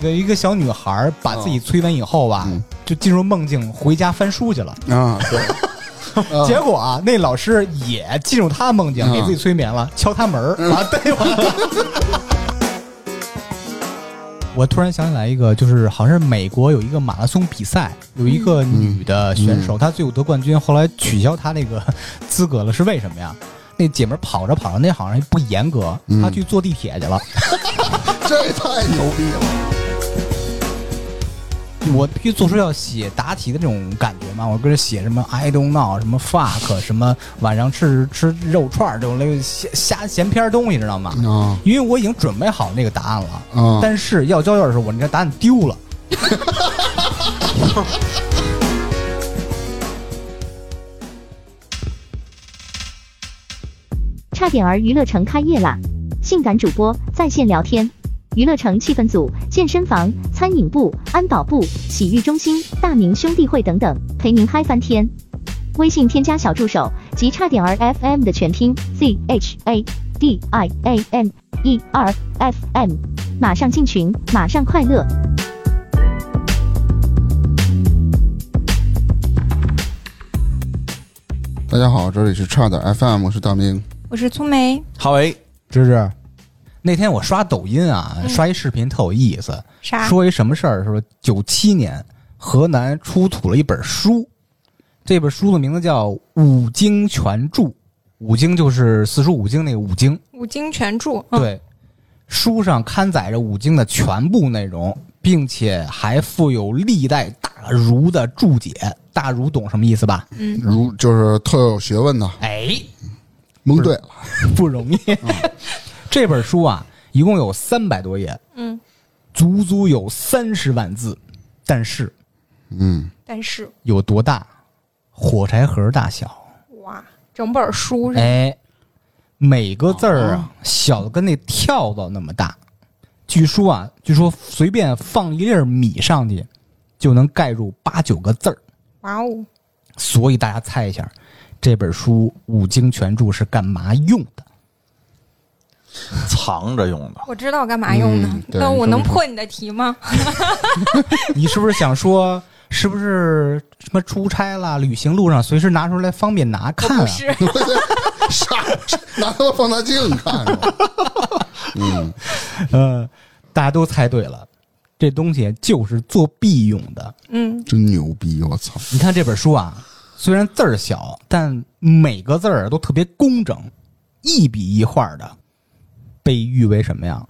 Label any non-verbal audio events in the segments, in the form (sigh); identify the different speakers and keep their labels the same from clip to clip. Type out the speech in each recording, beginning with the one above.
Speaker 1: 有一个小女孩把自己催完以后吧，
Speaker 2: 嗯
Speaker 1: 就进入梦境，回家翻书去了。
Speaker 2: 啊，对，啊
Speaker 1: 结果啊，那老师也进入她梦境，
Speaker 2: 嗯
Speaker 1: 给自己催眠了，敲她门儿，把她逮回来了。 (laughs) 我突然想起来一个，就是好像是美国有一个马拉松比赛，有一个女的选
Speaker 2: 嗯
Speaker 1: 手，她最后得冠军，后来取消她那个 (laughs) 资格了，是为什么呀？那姐们儿跑着跑着，那好像不严格，她
Speaker 2: 嗯
Speaker 1: 去坐地铁去了。
Speaker 2: 这也太牛逼了！
Speaker 1: 我必须做出要写答题的那种感觉嘛，我跟着写什么 I don't know，什么 fuck，什么晚上吃吃肉串儿这种类瞎瞎闲篇儿东西，知道吗？
Speaker 2: 啊
Speaker 1: 因为我已经准备好那个答案了，
Speaker 2: 啊，
Speaker 1: 但是要交卷的时候，我那个答案丢了。
Speaker 3: 差点儿娱乐城开业啦！性感主播在线聊天，娱乐城气氛组、健身房、餐饮部、安保部、洗浴中心、大明兄弟会等等，陪您嗨翻天。微信添加小助手及差点儿 FM 的全拼 Z H A D I A M E R F M，马上进群，马上快乐。
Speaker 2: 大家好，这里是差点 FM，我是大明。
Speaker 4: 我是粗梅，
Speaker 5: 郝伟，
Speaker 1: 芝芝，那天我刷抖音啊，刷一视频特有意思，
Speaker 4: 啥？
Speaker 1: 说一什么事儿？说九七年河南出土了一本书，这本书的名字叫《五经全注》，五经就是四书五经那个五经。
Speaker 4: 五经全注，嗯，
Speaker 1: 对，书上刊载着五经的全部内容，并且还附有历代大儒的注解。大儒懂什么意思吧？
Speaker 2: 如就是特有学问的，
Speaker 1: 哎，
Speaker 2: 蒙对了，
Speaker 1: (laughs) 不容易。
Speaker 4: 嗯
Speaker 1: 这本书啊，一共有三百多页，
Speaker 4: 嗯，
Speaker 1: 足足有三十万字。但是
Speaker 2: 嗯，
Speaker 4: 但是
Speaker 1: 有多大？火柴盒大小。
Speaker 4: 哇，整本书是吧哦
Speaker 1: 哎，每个字儿啊，小的跟那跳蚤那么大。据说啊，据说随便放一粒儿米上去，就能盖住八九个字儿。
Speaker 4: 哇哦，
Speaker 1: 所以大家猜一下，这本书《五经全注》是干嘛用的？
Speaker 5: 藏着用的，
Speaker 4: 我知道干嘛用的
Speaker 2: 嗯，对
Speaker 4: 那、我能
Speaker 2: 你说
Speaker 4: 破你的题吗？
Speaker 1: 你是不是想说， (laughs) 是不是什么出差啦、旅行路上随时拿出来方便拿
Speaker 4: 我
Speaker 1: 看、啊
Speaker 4: 不？是，
Speaker 2: (laughs) 傻，拿他的放大镜看是吧？嗯，
Speaker 1: 呃，大家都猜对了，这东西就是作弊用的。
Speaker 4: 嗯，
Speaker 2: 真牛逼！我操，
Speaker 1: 你看这本书啊，虽然字儿小，但每个字儿都特别工整，一笔一画的，被誉为什么呀？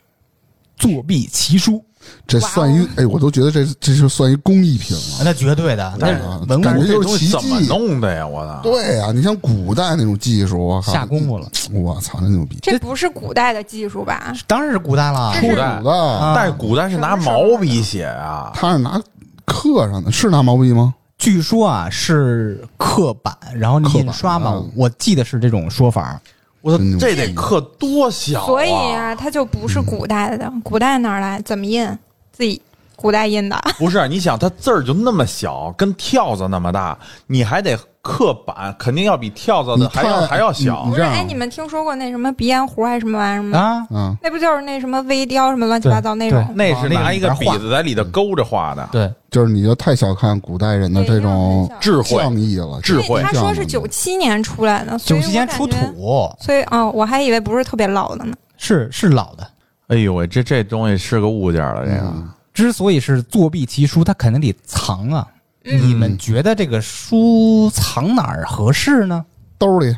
Speaker 1: 作弊奇书，
Speaker 2: 这算一哎，我都觉得这这就算一工艺品了。
Speaker 1: 啊那绝对的，那
Speaker 2: 对啊
Speaker 1: 是文
Speaker 2: 感觉
Speaker 1: 物
Speaker 2: 就是
Speaker 5: 这东西
Speaker 2: 奇
Speaker 5: 怎么
Speaker 2: 迹
Speaker 5: 弄的呀？我操！
Speaker 2: 对呀、你像古代那种技术，我靠，
Speaker 1: 下功夫了。
Speaker 2: 我操，真牛逼！
Speaker 4: 这不是古代的技术吧？
Speaker 1: 当然是古代了，
Speaker 5: 古代
Speaker 2: 古代
Speaker 1: 啊
Speaker 5: 但是古代是拿毛笔写啊，
Speaker 2: 他是拿刻上的，是拿毛笔吗？
Speaker 1: 据说啊是刻板，啊然后
Speaker 2: 刻板
Speaker 1: 印刷嘛
Speaker 2: 嗯，
Speaker 1: 我记得是这种说法。
Speaker 5: 我操
Speaker 2: 真牛，
Speaker 5: 这得刻多小啊！
Speaker 4: 所以啊，它就不是古代的，古代哪儿来？怎么印？自己古代印的，
Speaker 5: 不是你想，它字儿就那么小，跟跳蚤那么大，你还得刻板，肯定要比跳蚤
Speaker 2: 你
Speaker 5: 的还要
Speaker 2: 太
Speaker 5: 还要小
Speaker 2: 你
Speaker 4: 不
Speaker 2: 这
Speaker 4: 是？
Speaker 2: 样啊
Speaker 4: 哎，你们听说过那什么鼻烟壶还是什么玩意儿吗？
Speaker 1: 啊，
Speaker 2: 嗯，
Speaker 4: 那不就是那什么微雕什么乱七八糟那种？
Speaker 5: 那
Speaker 1: 往那
Speaker 5: 是
Speaker 1: 个
Speaker 5: 拿一个
Speaker 1: 里
Speaker 5: 笔
Speaker 1: 边画
Speaker 5: 子在里头勾着画的，
Speaker 1: 对，
Speaker 2: 就是你就太小看古代人的
Speaker 4: 对
Speaker 2: 这种
Speaker 4: 这样很小
Speaker 5: 智慧
Speaker 2: 匠艺了，
Speaker 5: 智慧
Speaker 4: 因为他说是
Speaker 2: 匠
Speaker 4: 九
Speaker 2: 艺
Speaker 4: 七年出来的，
Speaker 1: 九
Speaker 4: 所以
Speaker 1: 七年出
Speaker 4: 我感觉，
Speaker 1: 土，
Speaker 4: 所以哦，我还以为不是特别老的呢。
Speaker 1: 是是老的。
Speaker 5: 哎呦喂，这这东西是个物件了，这个
Speaker 1: 之所以是作弊奇书，它肯定得藏啊。
Speaker 4: 嗯
Speaker 1: 你们觉得这个书藏哪儿合适呢？
Speaker 2: 兜里、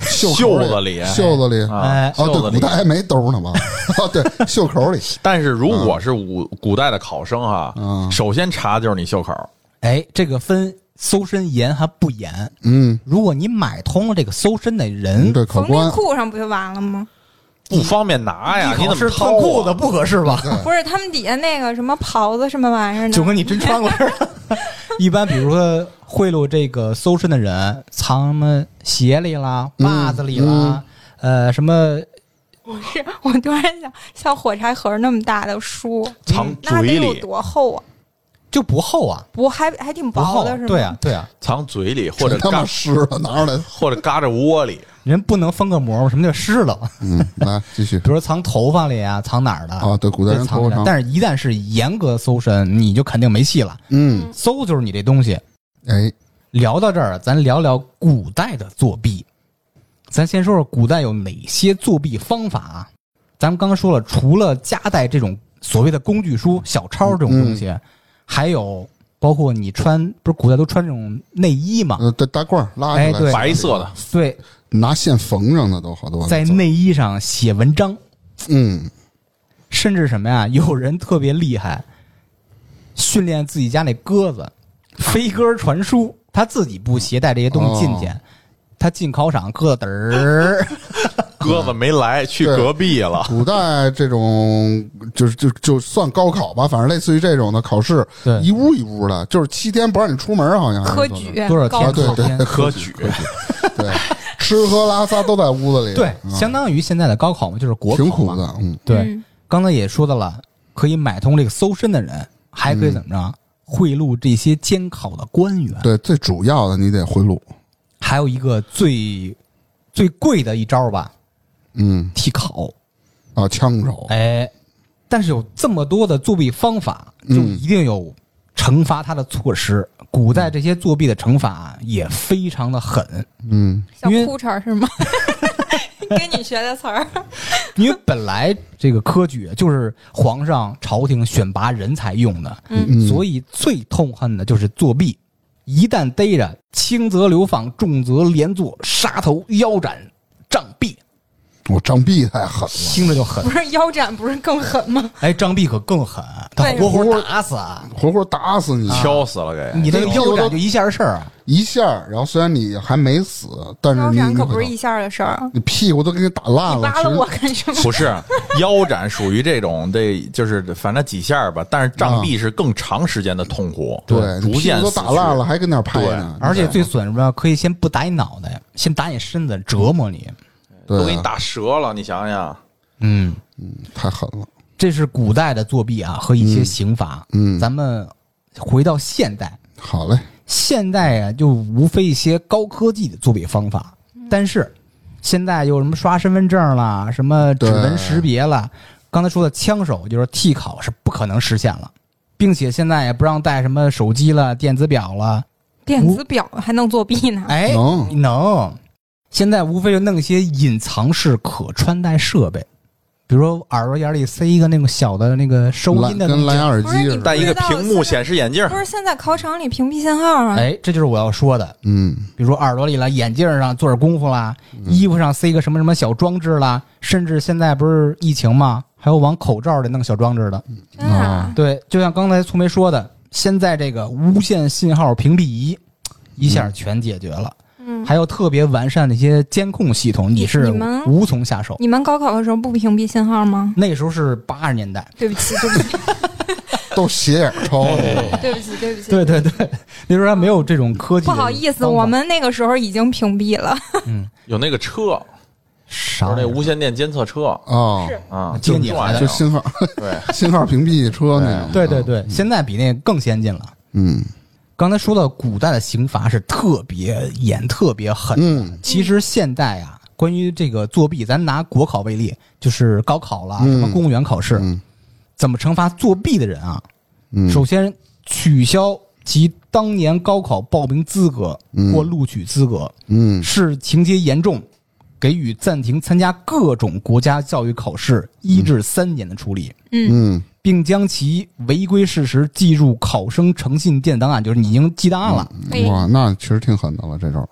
Speaker 2: 袖口
Speaker 5: 袖子里
Speaker 2: 袖子里。
Speaker 5: 啊
Speaker 1: 哎，
Speaker 2: 哦，
Speaker 5: 袖
Speaker 2: 对，
Speaker 5: 子里
Speaker 2: 古代还没兜呢吧？ (laughs) 哦，对，袖口里。
Speaker 5: 但是如果是古古代的考生哈，
Speaker 2: 嗯
Speaker 5: 首先查的就是你袖口，
Speaker 1: 哎，这个分搜身严还不严。
Speaker 2: 嗯，
Speaker 1: 如果你买通了这个搜身的人，
Speaker 2: 嗯对，可
Speaker 4: 缝内
Speaker 2: 观。
Speaker 4: 裤上不就完了吗？
Speaker 5: 不方便拿呀，你
Speaker 1: 考
Speaker 5: 怎
Speaker 1: 试
Speaker 5: 么
Speaker 1: 脱
Speaker 5: 掏啊嗯
Speaker 1: 裤子不合适吧？
Speaker 4: 不是，他们底下那个什么袍子什么玩意儿呢？
Speaker 1: 嗯就跟你真穿过似的。一般比如说贿赂这个搜身的人，藏什么鞋里啦、
Speaker 2: 嗯
Speaker 1: 袜子里啦，
Speaker 5: 嗯
Speaker 1: 呃，什么
Speaker 4: 不是， (laughs) 我突然想，像火柴盒那么大的书，
Speaker 5: 藏
Speaker 4: 嗯那得
Speaker 5: 嘴
Speaker 4: 有
Speaker 5: 里，
Speaker 4: 多厚啊？
Speaker 1: 就不厚啊，
Speaker 4: 不，还还挺
Speaker 1: 不
Speaker 4: 薄
Speaker 1: 厚
Speaker 4: 的是，吗？
Speaker 1: 对啊，对啊。
Speaker 2: (laughs)
Speaker 5: 藏嘴里或者
Speaker 2: 真他妈
Speaker 5: 嘎
Speaker 2: 湿了，拿出来。 (laughs)
Speaker 5: 或者嘎着窝里，
Speaker 1: 人不能封个膜吗？什么叫湿了？
Speaker 2: 嗯，来继续
Speaker 1: 比如说藏头发里啊，藏哪儿的
Speaker 2: 啊，对，古代人
Speaker 1: 就藏
Speaker 2: 头
Speaker 1: 着
Speaker 2: 上，
Speaker 1: 但是一旦是严格搜身，你就肯定没戏了。
Speaker 2: 嗯，
Speaker 1: 搜就是你这东西。
Speaker 2: 哎，
Speaker 1: 聊到这儿，咱聊聊古代的作弊。咱先说说古代有哪些作弊方法啊？咱们刚刚说了，除了夹带这种所谓的工具书、小抄这种东
Speaker 2: 嗯
Speaker 1: 西，还有包括你穿，不是古代都穿这种内衣嘛？
Speaker 2: 呃，大大褂儿拉
Speaker 1: 哎
Speaker 2: 起来，
Speaker 1: 对
Speaker 5: 白色的，
Speaker 1: 对，
Speaker 2: 拿线缝上的都好多，
Speaker 1: 在，内衣上写文章，
Speaker 2: 嗯，
Speaker 1: 甚至什么呀？ (laughs) 有人特别厉害，训练自己家那鸽
Speaker 2: 啊
Speaker 1: 子，飞鸽传书，他自己不携带这些东西进去，
Speaker 2: 哦
Speaker 1: 他进考场，鸽子嘚
Speaker 2: (laughs)
Speaker 1: 儿。
Speaker 5: 鸽子没来，去
Speaker 2: 对
Speaker 5: 隔
Speaker 2: (laughs)
Speaker 5: 壁了。
Speaker 2: 古代这种就是就就算高考吧，反正类似于这种的考试，
Speaker 1: 对
Speaker 2: 一屋一屋的，就是七天不让你出门，好像是
Speaker 4: 科
Speaker 2: 说的
Speaker 4: 举
Speaker 1: 嗯多少
Speaker 4: 高
Speaker 2: 啊，
Speaker 1: 天
Speaker 2: 对
Speaker 4: 考
Speaker 1: 考
Speaker 2: 对，
Speaker 1: 编
Speaker 2: (laughs)
Speaker 5: 科举
Speaker 2: 科举，对，吃喝拉撒都在屋子里，
Speaker 1: 对，
Speaker 2: 嗯
Speaker 1: 相当于现在的高考嘛，就是国考
Speaker 2: 挺
Speaker 1: 嘛。
Speaker 2: 苦的，嗯，
Speaker 1: 对，
Speaker 4: 嗯
Speaker 1: 刚才也说到了，可以买通这个搜身的人，还可以怎么着？贿赂这些监考的官员。
Speaker 2: 嗯对，最主要的你得回炉，
Speaker 1: 还有一个最最贵的一招吧，
Speaker 2: 嗯
Speaker 1: 替考。
Speaker 2: 啊，枪手，
Speaker 1: 哎，但是有这么多的作弊方法，就
Speaker 2: 嗯
Speaker 1: 一定有惩罚他的措施。古代这些作弊的惩罚也非常的狠，
Speaker 2: 嗯
Speaker 4: 小
Speaker 1: 因为
Speaker 4: 裤衩儿
Speaker 1: (laughs)
Speaker 4: 是吗？跟你学的词儿，
Speaker 1: 因为本来这个科举就是皇上、朝廷选拔人才用的，
Speaker 2: 嗯，
Speaker 1: 所以最痛恨的就是作弊。一旦逮着，轻则流放，重则连坐、杀头、腰斩、杖毙，
Speaker 2: 我张臂太狠了。
Speaker 1: 听着就狠
Speaker 4: 不。是腰斩，不是更狠吗？
Speaker 1: 哎，杖毙可更狠，啊他
Speaker 4: 对
Speaker 1: 活
Speaker 2: 哎
Speaker 1: 活打死啊！
Speaker 2: 活活打死你！
Speaker 5: 啊敲死了给
Speaker 1: 你这个
Speaker 2: 这个
Speaker 1: 腰斩就一下事儿啊！
Speaker 2: 一下，然后虽然你还没死，但是
Speaker 1: 嗯
Speaker 4: 腰
Speaker 2: 你
Speaker 4: 斩
Speaker 2: 你
Speaker 4: 可不是
Speaker 2: 知道
Speaker 4: 一下儿的事儿，
Speaker 2: 你屁股都给你打烂
Speaker 4: 你
Speaker 2: 了，
Speaker 4: 拉
Speaker 2: 其
Speaker 4: 了
Speaker 2: 实
Speaker 4: 我干什么？
Speaker 5: 不是腰斩，属于这种这就是反正几下吧，但是杖毙是更长时间的痛苦，
Speaker 2: 啊 (laughs) 对，你
Speaker 5: 逐
Speaker 2: 屁
Speaker 5: 渐
Speaker 2: 股都
Speaker 5: 死去
Speaker 2: 打烂了，还啊跟那儿拍呢，
Speaker 1: 而且最损什么呀？可以先不打你脑袋，先打你身子，折磨你。
Speaker 2: 对啊
Speaker 5: 都给你打折了，你想想，
Speaker 1: 嗯，
Speaker 2: 太狠了。
Speaker 1: 这是古代的作弊啊和一些刑罚。
Speaker 2: 嗯嗯
Speaker 1: 咱们回到现代，
Speaker 2: 好嘞，
Speaker 1: 现代啊就无非一些高科技的作弊方法，但是现在又什么刷身份证啦，什么指纹识别啦，刚才说的枪手就是替考是不可能实现了。并且现在也不让带什么手机了、电子表了，
Speaker 4: 电子表还能作弊呢？
Speaker 1: 哎，
Speaker 2: 能嗯
Speaker 1: 能。现在无非就弄一些隐藏式可穿戴设备，比如说耳朵眼里塞一个那种小的那个收
Speaker 2: 蓝
Speaker 1: 音的
Speaker 2: 跟
Speaker 1: 东
Speaker 2: 蓝
Speaker 1: 西，
Speaker 2: 牙耳机
Speaker 4: 不是你
Speaker 2: 似的，
Speaker 5: 戴一个屏幕显示眼镜
Speaker 4: 不，是现在考场里屏蔽信号啊？
Speaker 1: 哎，这就是我要说的。
Speaker 2: 嗯，
Speaker 1: 比如说耳朵里了，眼镜上做点功夫啦，衣服上塞一个什么什么小装置啦，甚至现在不是疫情吗？还有往口罩里弄小装置的。
Speaker 4: 真的啊？
Speaker 1: 对，就像刚才粗梅说的，现在这个无线信号屏蔽仪一下全解决了，
Speaker 4: 嗯，
Speaker 1: 还有特别完善的一些监控系统，你是
Speaker 4: 你们
Speaker 1: 无从下手。
Speaker 4: 你们高考的时候不屏蔽信号吗？
Speaker 1: 那时候是八十年代，
Speaker 4: 对不起，对不起，
Speaker 2: 都斜眼瞅你，
Speaker 4: 对不起，对不起，
Speaker 1: 对对对，那时候还没有这种科技
Speaker 4: 不
Speaker 1: 的方法。
Speaker 4: 好意思，我们那个时候已经屏蔽了。
Speaker 5: 有那个车，
Speaker 1: 啥玩
Speaker 5: 就是
Speaker 1: 意儿
Speaker 5: 那无线电监测车
Speaker 2: 啊，
Speaker 5: 啊，
Speaker 1: 接你来
Speaker 5: 转
Speaker 1: 的
Speaker 2: 就信号
Speaker 5: 对，
Speaker 2: 信号屏蔽车那种，
Speaker 1: 对对，对，现在比那更先进了。
Speaker 2: 啊嗯
Speaker 1: 刚才说到古代的刑罚是特别严、特别狠。
Speaker 2: 嗯
Speaker 1: 其实现代啊，关于这个作弊，咱拿国考为例，就是高考了，
Speaker 2: 嗯
Speaker 1: 什么公务员考试，
Speaker 2: 嗯
Speaker 1: 怎么惩罚作弊的人啊？
Speaker 2: 嗯，
Speaker 1: 首先取消其当年高考报名资格或录取资格，
Speaker 2: 嗯
Speaker 1: 是情节严重，给予暂停参加各种国家教育考试一至三年的处理，
Speaker 2: 嗯
Speaker 1: 并将其违规事实记入考生诚信电子档案，就是你已经记档案了。
Speaker 4: 哎
Speaker 2: 嗯哇，那其实挺狠的了，这招，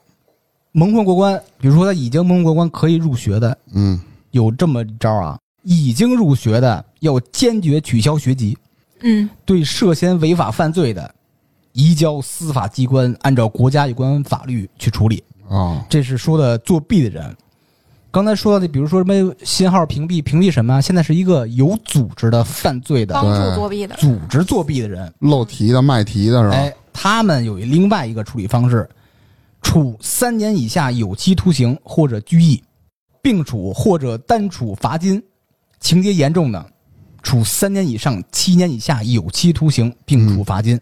Speaker 1: 蒙混过关，比如说他已经蒙混过关可以入学的，
Speaker 2: 嗯
Speaker 1: 有这么一招啊，已经入学的要坚决取消学籍，
Speaker 4: 嗯，
Speaker 1: 对涉嫌违法犯罪的，移交司法机关按照国家有关法律去处理。
Speaker 2: 啊，
Speaker 1: 这是说的作弊的人。刚才说到的，比如说什么信号屏蔽，屏蔽什么啊？现在是一个有组织的犯罪的
Speaker 4: 帮助作弊的，
Speaker 1: 组织作弊的人，
Speaker 2: 漏题的卖题的是吧？
Speaker 1: 哎，他们有另外一个处理方式，处三年以下有期徒刑或者拘役，并处或者单处罚金，情节严重的，处三年以上七年以下有期徒刑并处罚金。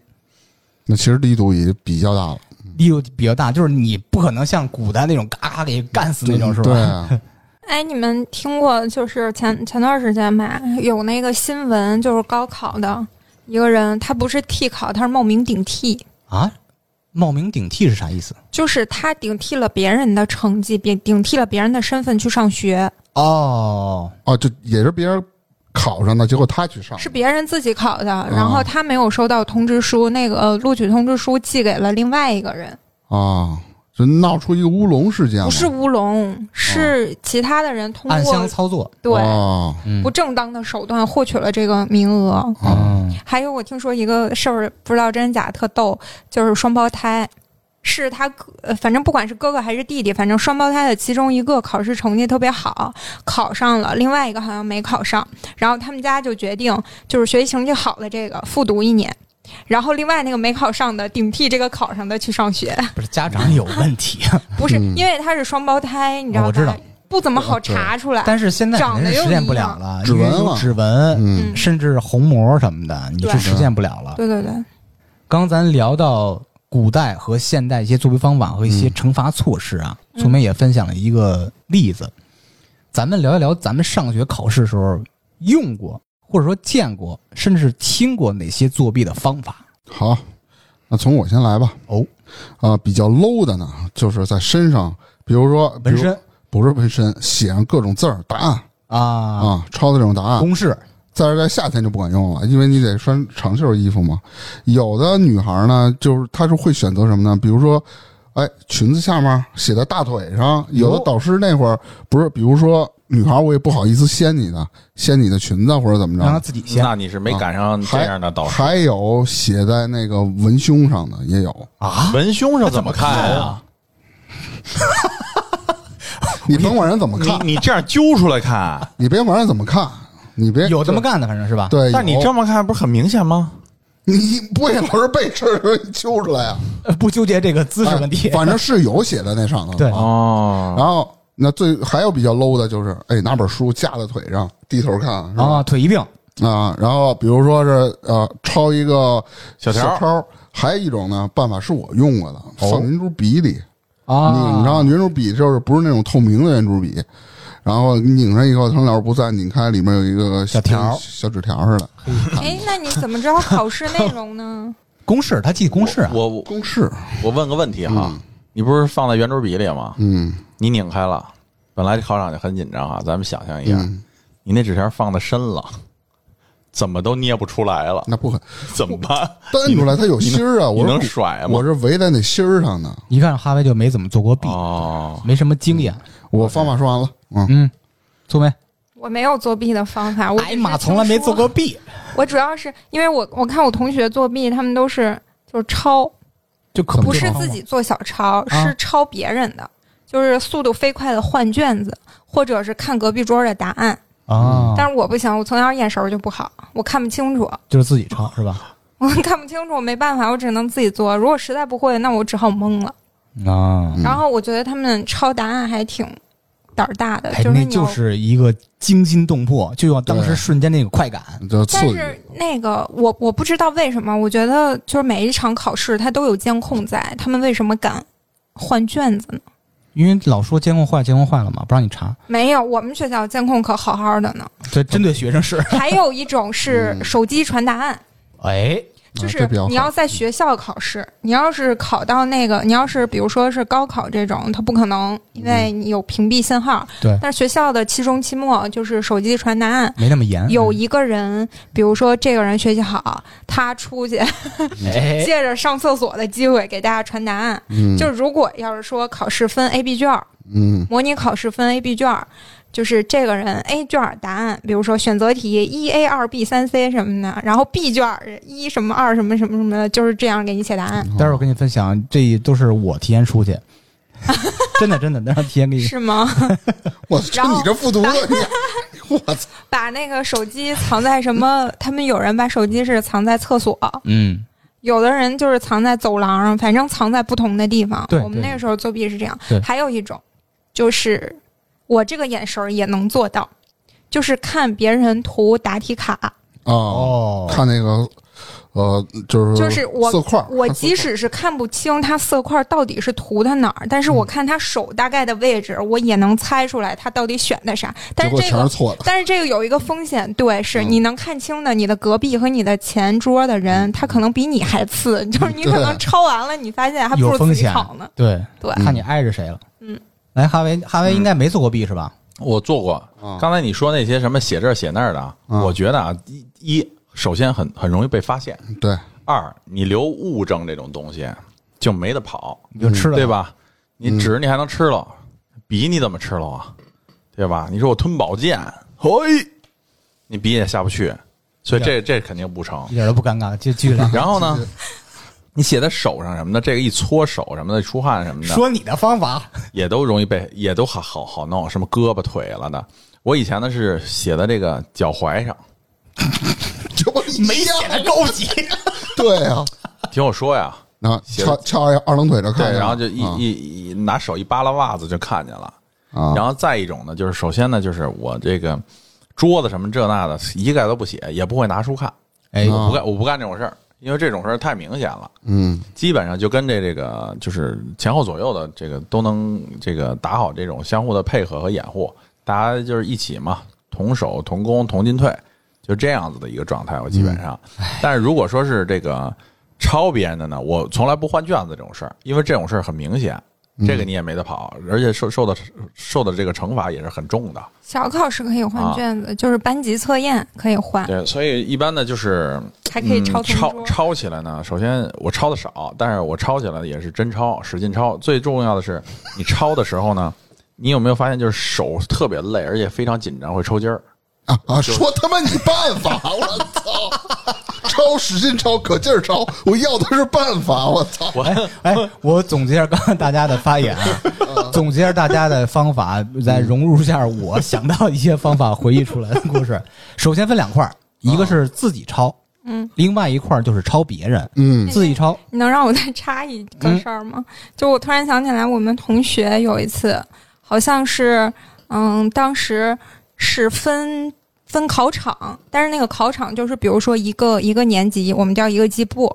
Speaker 2: 那其实力度也比较大了，
Speaker 1: 力度比较大，就是你不可能像古代那种嘎嘎给干死那种，是吧？
Speaker 2: 对啊，
Speaker 4: 哎，你们听过就是前前段时间吧，有那个新闻，就是高考的一个人，他不是替考，他是冒名顶替，
Speaker 1: 啊，冒名顶替是啥意思？
Speaker 4: 就是他顶替了别人的成绩，顶顶替了别人的身份去上学，
Speaker 1: 哦，
Speaker 2: 哦，就也是别人考上的，结果他去上，
Speaker 4: 是别人自己考的，然后他没有收到通知书，那个录取通知书寄给了另外一个人，
Speaker 2: 啊，就闹出一个乌龙事件了，
Speaker 4: 不是乌龙，是其他的人通
Speaker 1: 暗箱
Speaker 4: 过
Speaker 1: 操作，
Speaker 4: 对
Speaker 2: 哦，
Speaker 1: 嗯
Speaker 4: 不正当的手段获取了这个名额。
Speaker 2: 啊
Speaker 1: 嗯
Speaker 4: 还有我听说一个事儿，不知道真假，特逗，就是双胞胎，是他哥，呃反正不管是哥哥还是弟弟，反正双胞胎的其中一个考试成绩特别好，考上了，另外一个好像没考上。然后他们家就决定，就是学习成绩好的这个复读一年，然后另外那个没考上的顶替这个考上的去上学，
Speaker 1: 不是家长有问题，啊
Speaker 4: 不是、
Speaker 2: 嗯
Speaker 4: 因为他是双胞胎，你知道
Speaker 1: 哦
Speaker 4: 吧？
Speaker 1: 我知道
Speaker 4: 不怎么好查出来。
Speaker 1: 但是现在肯定是实现不了了，因为有指纹，
Speaker 2: 嗯，
Speaker 4: 嗯
Speaker 1: 甚至虹膜什么的，你是
Speaker 4: 对
Speaker 1: 实现不了了。
Speaker 4: 对
Speaker 1: (laughs)
Speaker 4: 对对，
Speaker 1: 刚咱聊到古代和现代一些作弊方法和一些惩罚措施啊，
Speaker 4: 嗯
Speaker 1: 聪明也分享了一个例子。咱们聊一聊咱们上学考试时候用过，或者说见过，甚至听过哪些作弊的方法。
Speaker 2: 好，那从我先来吧。
Speaker 1: 哦，
Speaker 2: 啊，比较 low 的呢，就是在身上，比如说比
Speaker 1: 纹
Speaker 2: 如
Speaker 1: 身
Speaker 2: 不是纹身，写上各种字儿、答案
Speaker 1: 啊，
Speaker 2: 啊，抄的这种答案。
Speaker 1: 公式
Speaker 2: 但是在夏天就不管用了，因为你得穿长袖衣服嘛。有的女孩呢，就是她是会选择什么呢？比如说，哎，裙子下面写在大腿上。有的
Speaker 1: 哟
Speaker 2: 导师那会儿不是，比如说女孩，我也不好意思掀你的，掀你的裙子或者怎么着
Speaker 1: 让他。自己先
Speaker 5: 啊那你是没赶上这样的导师。
Speaker 2: 啊还有写在那个文胸上的也有，
Speaker 1: 啊，
Speaker 5: 文胸是
Speaker 1: 怎
Speaker 5: 怎
Speaker 1: 么
Speaker 5: 么看
Speaker 1: 看
Speaker 5: 呀？
Speaker 1: 啊？
Speaker 2: 你甭管人怎么看，
Speaker 5: 你你这样揪出来看，啊
Speaker 2: 你别管人怎么看，你别
Speaker 1: 有这么干的，反正是吧？
Speaker 2: 对，
Speaker 5: 但你
Speaker 2: 有
Speaker 5: 这么看不是很明显吗？
Speaker 2: 你不会老是被事儿揪出来啊？
Speaker 1: 呃， (laughs) 不纠结这个姿势问题
Speaker 5: 啊
Speaker 2: 哎。反正是有写在那上头的。
Speaker 1: 对
Speaker 5: 哦，
Speaker 2: 然后那最还有比较 low 的就是，哎，拿本书架在腿上，低头看，是吧？
Speaker 1: 啊，腿一并
Speaker 2: 啊，然后比如说是呃，抄一个
Speaker 5: 小条儿
Speaker 2: 条儿。还有一种呢办法是我用过的，放圆珠笔里，
Speaker 1: 啊，
Speaker 2: 拧上圆珠笔就是不是那种透明的圆珠笔，然后拧上以后，他老师不在，拧开里面有一个
Speaker 1: 小条儿
Speaker 2: 小纸条似的
Speaker 4: 哎，那你怎么知道考试内
Speaker 1: (laughs)
Speaker 4: 容呢？
Speaker 1: 公式，他记公式啊。
Speaker 5: 我我
Speaker 2: 公式，
Speaker 5: 我问个问题哈，你不是放在圆珠笔里吗？
Speaker 2: 嗯
Speaker 5: 你拧开了，本来考场就很紧张啊，咱们想象一下，
Speaker 2: 嗯，
Speaker 5: 你那纸条放的深了，怎么都捏不出来了，
Speaker 2: 那不可
Speaker 5: 怎么
Speaker 2: (laughs)
Speaker 5: 办？
Speaker 2: 单出来，它有芯儿啊！
Speaker 5: 你
Speaker 2: 我
Speaker 5: 能
Speaker 2: 是
Speaker 5: 你能甩吗
Speaker 2: 我是围在那芯儿上的。
Speaker 1: 一看哈维就没怎么做过弊，
Speaker 5: 哦，
Speaker 1: 没什么经验。
Speaker 2: 我方法说完了，嗯，
Speaker 1: 嗯，聪明，
Speaker 4: 我没有作弊的方法，我只
Speaker 1: 哎
Speaker 4: 是
Speaker 1: 妈，
Speaker 4: 听
Speaker 1: 从来没做
Speaker 4: 说
Speaker 1: 过弊，
Speaker 4: 我主要是因为我我看我同学作弊，他们都是就是抄，
Speaker 1: 就可
Speaker 4: 不
Speaker 1: 这
Speaker 4: 是
Speaker 1: 样
Speaker 4: 自己做小抄，是抄别人的，就是速度飞快的换卷子，或者是看隔壁桌的答案。
Speaker 1: 啊，
Speaker 4: 但是我不行，我从小眼神就不好，我看不清楚， (laughs)
Speaker 1: 就是自己抄是吧？
Speaker 4: 我看不清楚，没办法，我只能自己做。如果实在不会，那我只好蒙了。
Speaker 1: 啊，
Speaker 2: 嗯
Speaker 4: 然后我觉得他们抄答案还挺胆儿大的，
Speaker 1: 哎，
Speaker 4: 就是
Speaker 1: 那
Speaker 4: 你要
Speaker 1: 就是一个惊心动魄，就要当时
Speaker 2: 对
Speaker 1: 瞬间那个快感。
Speaker 2: 就刺
Speaker 4: 但
Speaker 2: 激。
Speaker 4: 是那个我我不知道为什么，我觉得就是每一场考试它都有监控在，他们为什么敢换卷子呢？
Speaker 1: 因为老说监控坏，监控坏了嘛，不让你查。
Speaker 4: 没有，我们学校监控可好好 (laughs) 的呢。
Speaker 1: 这针对学生是，
Speaker 4: 还有一种是手机传答案，
Speaker 1: 哎，
Speaker 2: 啊
Speaker 4: 就
Speaker 2: 嗯
Speaker 4: 是
Speaker 2: 这比较
Speaker 4: 你
Speaker 2: 好
Speaker 4: 要在学校考试，你要是考到那个，你要是比如说是高考这种，它不可能，因为
Speaker 2: 嗯
Speaker 4: 你有屏蔽信号。
Speaker 1: 对
Speaker 4: 但是学校的期中、期末就是手机传答案。
Speaker 1: 没那么
Speaker 2: 嗯
Speaker 1: 严。嗯
Speaker 4: 有一个人，比如说这个人学习好，他出去
Speaker 1: 哎，
Speaker 4: 借着上厕所的机会给大家传答案。
Speaker 2: 嗯，
Speaker 4: 就是如果要是说考试分 A、B 卷儿，
Speaker 2: 嗯
Speaker 4: 模拟考试分 A、B 卷儿，就是这个人 A 卷儿答案，比如说选择题一 A 二 B 三 C 什么的，然后 B 卷儿一什么二什么什么什么的，就是这样给你写答案，
Speaker 1: 待会儿我跟你分享，这都是我提前出去，
Speaker 4: (laughs)
Speaker 1: 真的真的，那让提前给你。
Speaker 4: 是吗？ (laughs)
Speaker 2: 我操，
Speaker 4: 然后
Speaker 2: 你这复读的，
Speaker 4: (laughs)
Speaker 2: 你我操！
Speaker 4: 把那个手机藏在什么？他们有人把手机是藏在厕所，
Speaker 1: 嗯，
Speaker 4: 有的人就是藏在走廊上，反正藏在不同的地方。
Speaker 1: 对
Speaker 4: 我们
Speaker 1: 对
Speaker 4: 那个时候作弊是这样
Speaker 1: 对。
Speaker 4: 还有一种，就是我这个眼神儿也能做到，就是看别人涂答题卡。
Speaker 2: 啊，
Speaker 1: 哦，
Speaker 2: 看那个呃，就是
Speaker 4: 就是我
Speaker 2: 色块儿，
Speaker 4: 我
Speaker 2: 看色块
Speaker 4: 即
Speaker 2: 儿
Speaker 4: 使是看不清它色块到底是涂的哪儿，但
Speaker 2: 嗯
Speaker 4: 是我看他手大概的位置，我也能猜出来他到底选的啥。但
Speaker 2: 结果
Speaker 4: 是这
Speaker 2: 全是
Speaker 4: 个，
Speaker 2: 错的，
Speaker 4: 但是这个有一个风险，对，是
Speaker 2: 嗯
Speaker 4: 你能看清的，你的隔壁和你的前桌的人，他可能比你还次，就是你可能抄完了，你发现还不
Speaker 1: 有
Speaker 4: 如
Speaker 1: 风
Speaker 4: 自己
Speaker 1: 险
Speaker 4: 抄呢。
Speaker 1: 对，
Speaker 4: 对，
Speaker 1: 看你挨着谁了。
Speaker 4: 嗯，
Speaker 1: 来哈维，哈维应该没做过弊是吧？
Speaker 5: 我做过
Speaker 2: 啊，
Speaker 5: 刚才你说那些什么写这儿写那儿的啊，
Speaker 2: 啊
Speaker 5: 我觉得啊，一一首先很很容易被发现， (laughs)
Speaker 2: 对，
Speaker 5: 二你留物证这种东西就没得跑，
Speaker 1: 你就吃了它
Speaker 5: 对？吧？嗯你纸你还能吃了，笔你怎么吃了啊？对吧？你说我吞宝剑，嘿，你笔也下不去，所以这这肯定不成
Speaker 1: 一。点都不尴尬，就继续 (laughs) 聊。
Speaker 5: 然后呢，你写在手上什么的，这个一搓手什么的，出汗什么的，
Speaker 1: 说你的方法，
Speaker 5: 也都容易被，也都好好好弄，什么胳膊腿了的。我以前呢是写在这个脚踝上，
Speaker 2: 就
Speaker 1: (laughs) 没显得高 (laughs) 级。
Speaker 2: 对啊，
Speaker 5: 听我说呀，
Speaker 2: 然后
Speaker 5: 写
Speaker 2: 翘翘二二郎腿着
Speaker 5: 对，嗯
Speaker 2: 看，
Speaker 5: 然后就一
Speaker 2: 啊
Speaker 5: 一一拿手一扒拉袜子就看见了。
Speaker 2: 啊，
Speaker 5: 然后再一种呢，就是首先呢，就是我这个桌子什么这那的，一概都不写，也不会拿书看，
Speaker 1: 哎，
Speaker 2: 啊
Speaker 5: 不干我不干这种事儿，因为这种事儿太明显了，
Speaker 2: 嗯
Speaker 5: 基本上就跟这这个就是前后左右的这个都能这个打好这种相互的配合和掩护，大家就是一起嘛，同守同攻同进退，就这样子的一个状态，我基本上。但是如果说是这个抄别人的呢，我从来不换卷子这种事儿，因为这种事儿很明显。这个你也没得跑，而且受受的受的这个惩罚也是很重的。
Speaker 4: 小考试可以换
Speaker 5: 啊
Speaker 4: 卷子，就是班级测验可以 (laughs) 换，
Speaker 5: 对，所以一般呢就是
Speaker 4: 还可以抄同
Speaker 5: 嗯、抄
Speaker 4: 桌。
Speaker 5: 抄起来呢，首先我抄的少，但是我抄起来也是真抄，使劲抄。最重要的是，你抄的时候呢，你有没有发现就是手特别累，而且非常紧张，会抽筋儿？
Speaker 2: 啊啊，说他妈你办法，我操，抄使劲抄，可劲儿抄，我要的是办法，我操，
Speaker 5: 我
Speaker 1: 哎，我总结一下刚刚大家的发言 (laughs) 啊，总结一下大家的方法，再融入一下 (laughs) 我想到一些方法回忆出来的故事。首先分两块儿，一个是自己抄，
Speaker 4: 嗯，
Speaker 1: 另外一块儿就是抄别人。
Speaker 2: 嗯
Speaker 1: 自己抄，
Speaker 4: 你能让我再插一个事儿吗？
Speaker 5: 嗯
Speaker 4: 就我突然想起来，我们同学有一次，好像是，嗯，当时是分分考场，但是那个考场就是，比如说一个一个年级，我们叫一个机部，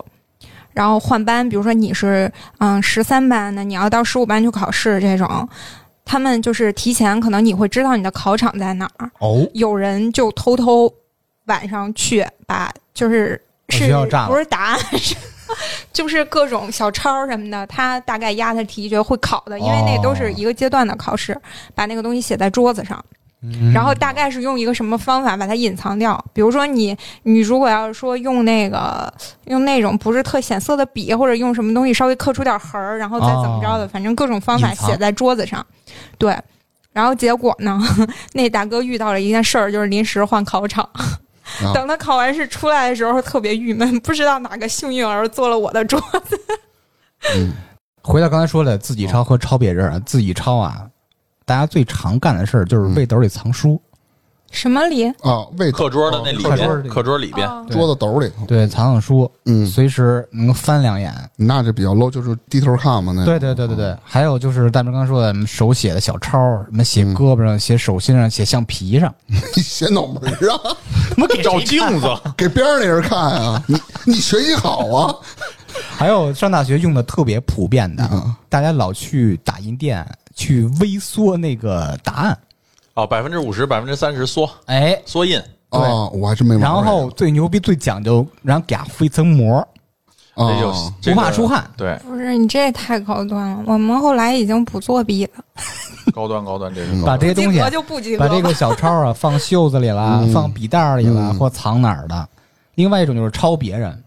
Speaker 4: 然后换班，比如说你是嗯十三班的，你要到十五班去考试这种，他们就是提前可能你会知道你的考场在哪儿，
Speaker 1: 哦，
Speaker 4: 有人就偷偷晚上去把就是
Speaker 1: 把
Speaker 4: 是
Speaker 1: 哦学校炸了
Speaker 4: 不是答案 (laughs) 是。就是各种小抄什么的，他大概压的题觉得会考的，因为那都
Speaker 1: 哦
Speaker 4: 是一个阶段的考试，把那个东西写在桌子上，
Speaker 1: 嗯
Speaker 4: 然后大概是用一个什么方法把它隐藏掉。比如说你，你如果要是说用那个用那种不是特显色的笔，或者用什么东西稍微刻出点痕儿，然后再怎么着的，反正各种方法
Speaker 1: 隐藏
Speaker 4: 写在桌子上，对。然后结果呢？ (laughs) 那大哥遇到了一件事儿，就是临时换考场。
Speaker 1: 啊
Speaker 4: 等他考完试出来的时候，特别郁闷，不知道哪个幸运儿坐了我的桌。 (laughs)
Speaker 1: 回到刚才说的自己抄和抄别人啊，自己抄啊，大家最常干的事儿就是背兜里藏书，
Speaker 4: 什么礼？
Speaker 2: 啊，位
Speaker 5: 课桌的那里
Speaker 1: 哦课桌
Speaker 5: 边，
Speaker 1: 里
Speaker 5: 课桌里边，
Speaker 4: 哦
Speaker 2: 桌子兜里头，
Speaker 1: 对，藏藏书，
Speaker 2: 嗯，
Speaker 1: 随时能翻两眼。
Speaker 2: 那就比较 low，就是低头看嘛，
Speaker 5: 嗯
Speaker 2: 那
Speaker 1: 对对对对对，还有就是大明刚说的什么手写的小抄，什么写胳膊上、写手心上、写橡皮上，
Speaker 2: 对，写脑门儿啊，
Speaker 5: 照镜子，
Speaker 2: (laughs) 给边上那人看啊，你你学习好啊，
Speaker 1: 还有上大学用的特别普遍的，
Speaker 5: 嗯
Speaker 1: 大家老去打印店去微缩那个答案，
Speaker 5: 哦，百分之五十、百分之三十缩
Speaker 1: 哎，
Speaker 5: 缩印，
Speaker 1: 对
Speaker 2: 啊，我还真没玩
Speaker 1: 然
Speaker 2: 过这个。
Speaker 1: 后最牛逼、最讲究，然后给它敷一层膜，
Speaker 5: 这就
Speaker 2: 啊，
Speaker 5: 这
Speaker 1: 哦不
Speaker 5: 个
Speaker 1: 怕出汗
Speaker 5: 对，
Speaker 4: 不是你这也太高端了。我们后来已经不作弊了，
Speaker 5: 高端高端，这是高
Speaker 1: 把
Speaker 5: 端
Speaker 1: 这些
Speaker 4: 及
Speaker 1: 东西
Speaker 4: 格就不及格
Speaker 1: 把
Speaker 4: 了。
Speaker 1: 这个小抄啊放袖子里啦，
Speaker 2: 嗯
Speaker 1: 放笔袋里啦，
Speaker 2: 嗯
Speaker 1: 或藏哪儿的。另外一种就是抄别人，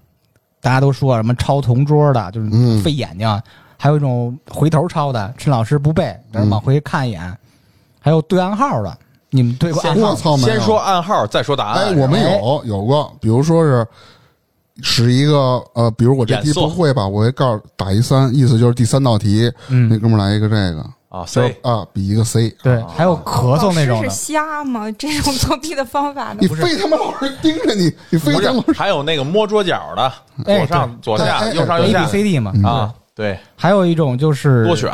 Speaker 1: 大家都说啊什么抄同桌的，就是
Speaker 2: 嗯
Speaker 1: 费眼睛啊；还有一种回头抄的，趁老师不备，然
Speaker 2: 嗯
Speaker 1: 后往回看一眼；还有对暗号的，你们对过暗号
Speaker 2: 我
Speaker 1: 吗？
Speaker 2: 操，没有
Speaker 5: 先说啊暗号，再说答
Speaker 2: 哎，
Speaker 5: 案。
Speaker 2: 我们有有过，比如说是使一个呃，比如我这题
Speaker 5: 演奏
Speaker 2: 不会吧，我会告诉打一三，意思就是第三道题，那
Speaker 1: 嗯，
Speaker 2: 哥们儿来一个这个，
Speaker 5: 啊
Speaker 2: 就
Speaker 5: ，C
Speaker 2: 啊，比一个 C，
Speaker 1: 对，
Speaker 5: 哦
Speaker 1: 还有咳嗽那种
Speaker 4: 老师
Speaker 1: 的
Speaker 4: 是。瞎吗？这种作弊的方法呢
Speaker 2: 你？非他妈老是盯着你，你非
Speaker 5: 不
Speaker 2: 他
Speaker 5: 是
Speaker 2: 妈，
Speaker 5: 还有那个摸桌角的，
Speaker 1: 哎
Speaker 5: 左上左
Speaker 2: 哎
Speaker 5: 下，
Speaker 2: 哎
Speaker 5: 右上右
Speaker 1: A
Speaker 5: 下
Speaker 1: B C D 嘛，
Speaker 5: 啊，对，
Speaker 1: 还有一种就是
Speaker 5: 多选，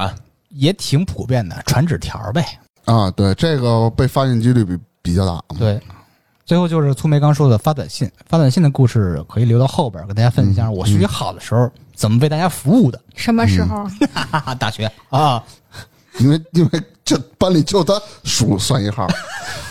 Speaker 1: 也挺普遍的，传纸条呗。
Speaker 2: 啊，对，这个被发现几率比比较大，
Speaker 1: 对，最后就是粗梅刚说的发短信，发短信的故事可以留到后边儿跟大家
Speaker 2: 嗯
Speaker 1: 分享一下。我学习好的时候怎么为大家服务的，
Speaker 4: 什么时候？
Speaker 1: 哈哈，大学啊，
Speaker 2: 因为因为这班里就他数算一号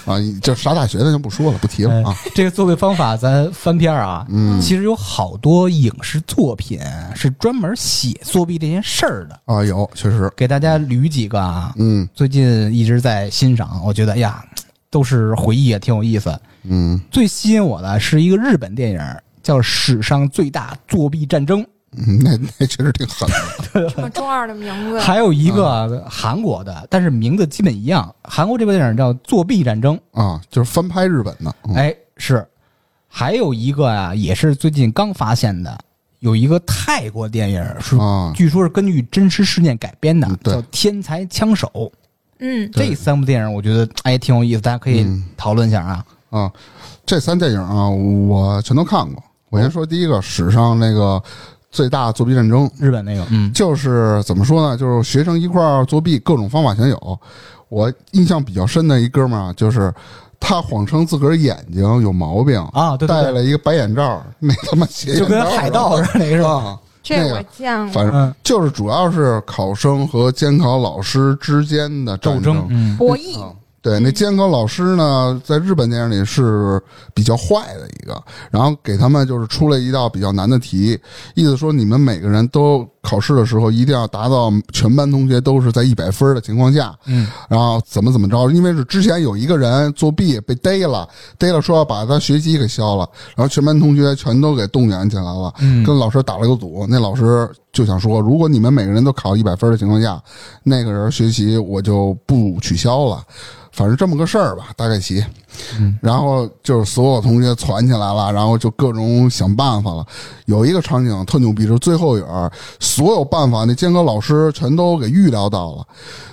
Speaker 2: 啊，就啥大学的就不说了，不提了啊。
Speaker 1: 呃这个作弊方法咱翻篇儿啊，嗯，其实有好多影视作品是专门写作弊这件事儿的，
Speaker 2: 啊，有确实，
Speaker 1: 给大家捋几个啊。
Speaker 2: 嗯
Speaker 1: 最近一直在欣赏，我觉得哎呀，都是回忆啊，挺有意思。
Speaker 2: 嗯
Speaker 1: 最吸引我的是一个日本电影，叫《史上最大作弊战争
Speaker 2: 嗯，那那确实挺狠的。
Speaker 4: 这么中二的名》，字，
Speaker 1: 还有一
Speaker 2: 嗯
Speaker 1: 个韩国的，但是名字基本一样。韩国这部电影叫《作弊战争》，
Speaker 2: 啊，就是翻拍日本的，嗯
Speaker 1: 哎，是。还有一个啊，也是最近刚发现的，有一个泰国电影是，
Speaker 2: 啊，
Speaker 1: 据说是根据真实事件改编的
Speaker 2: 嗯，对
Speaker 1: 叫《天才枪手》。
Speaker 4: 嗯，
Speaker 1: 这三部电影我觉得哎挺有意思，大家可以
Speaker 2: 嗯
Speaker 1: 讨论一下啊。
Speaker 2: 啊，这三电影啊，我全都看过。我先说第一个，史上那个最大作弊战争，
Speaker 1: 日本那个，嗯，
Speaker 2: 就是怎么说呢？就是学生一块儿作弊，各种方法全有。我印象比较深的一哥们儿啊，就是他谎称自个儿眼睛有毛病，
Speaker 1: 啊，对
Speaker 2: 戴
Speaker 1: 对
Speaker 2: 了一个白眼罩，那他妈斜
Speaker 1: 对，就跟海盗似的那个是
Speaker 2: 的
Speaker 1: 吧？
Speaker 2: 啊，
Speaker 4: 这
Speaker 2: 那个
Speaker 4: 我见过。
Speaker 2: 啊反正
Speaker 1: 嗯，
Speaker 2: 就是主要是考生和监考老师之间的
Speaker 1: 斗
Speaker 2: 战争。
Speaker 1: 嗯，
Speaker 4: 博弈，
Speaker 2: 对，那监考老师呢，在日本电影里是比较坏的一个，然后给他们就是出了一道比较难的题，意思说你们每个人都考试的时候一定要达到全班同学都是在一百分的情况下，
Speaker 1: 嗯，
Speaker 2: 然后怎么怎么着，因为是之前有一个人作弊被逮了，逮了说要把他学籍给消了，然后全班同学全都给动员起来了，
Speaker 1: 嗯
Speaker 2: 跟老师打了个赌，那老师就想说，如果你们每个人都考一百分的情况下，那个人学习我就不取消了。反正这么个事儿吧，大概齐。
Speaker 1: 嗯
Speaker 2: 然后就是所有同学攒起来了，然后就各种想办法了。有一个场景特牛逼，就是最后一儿，所有办法那监考老师全都给预料到了。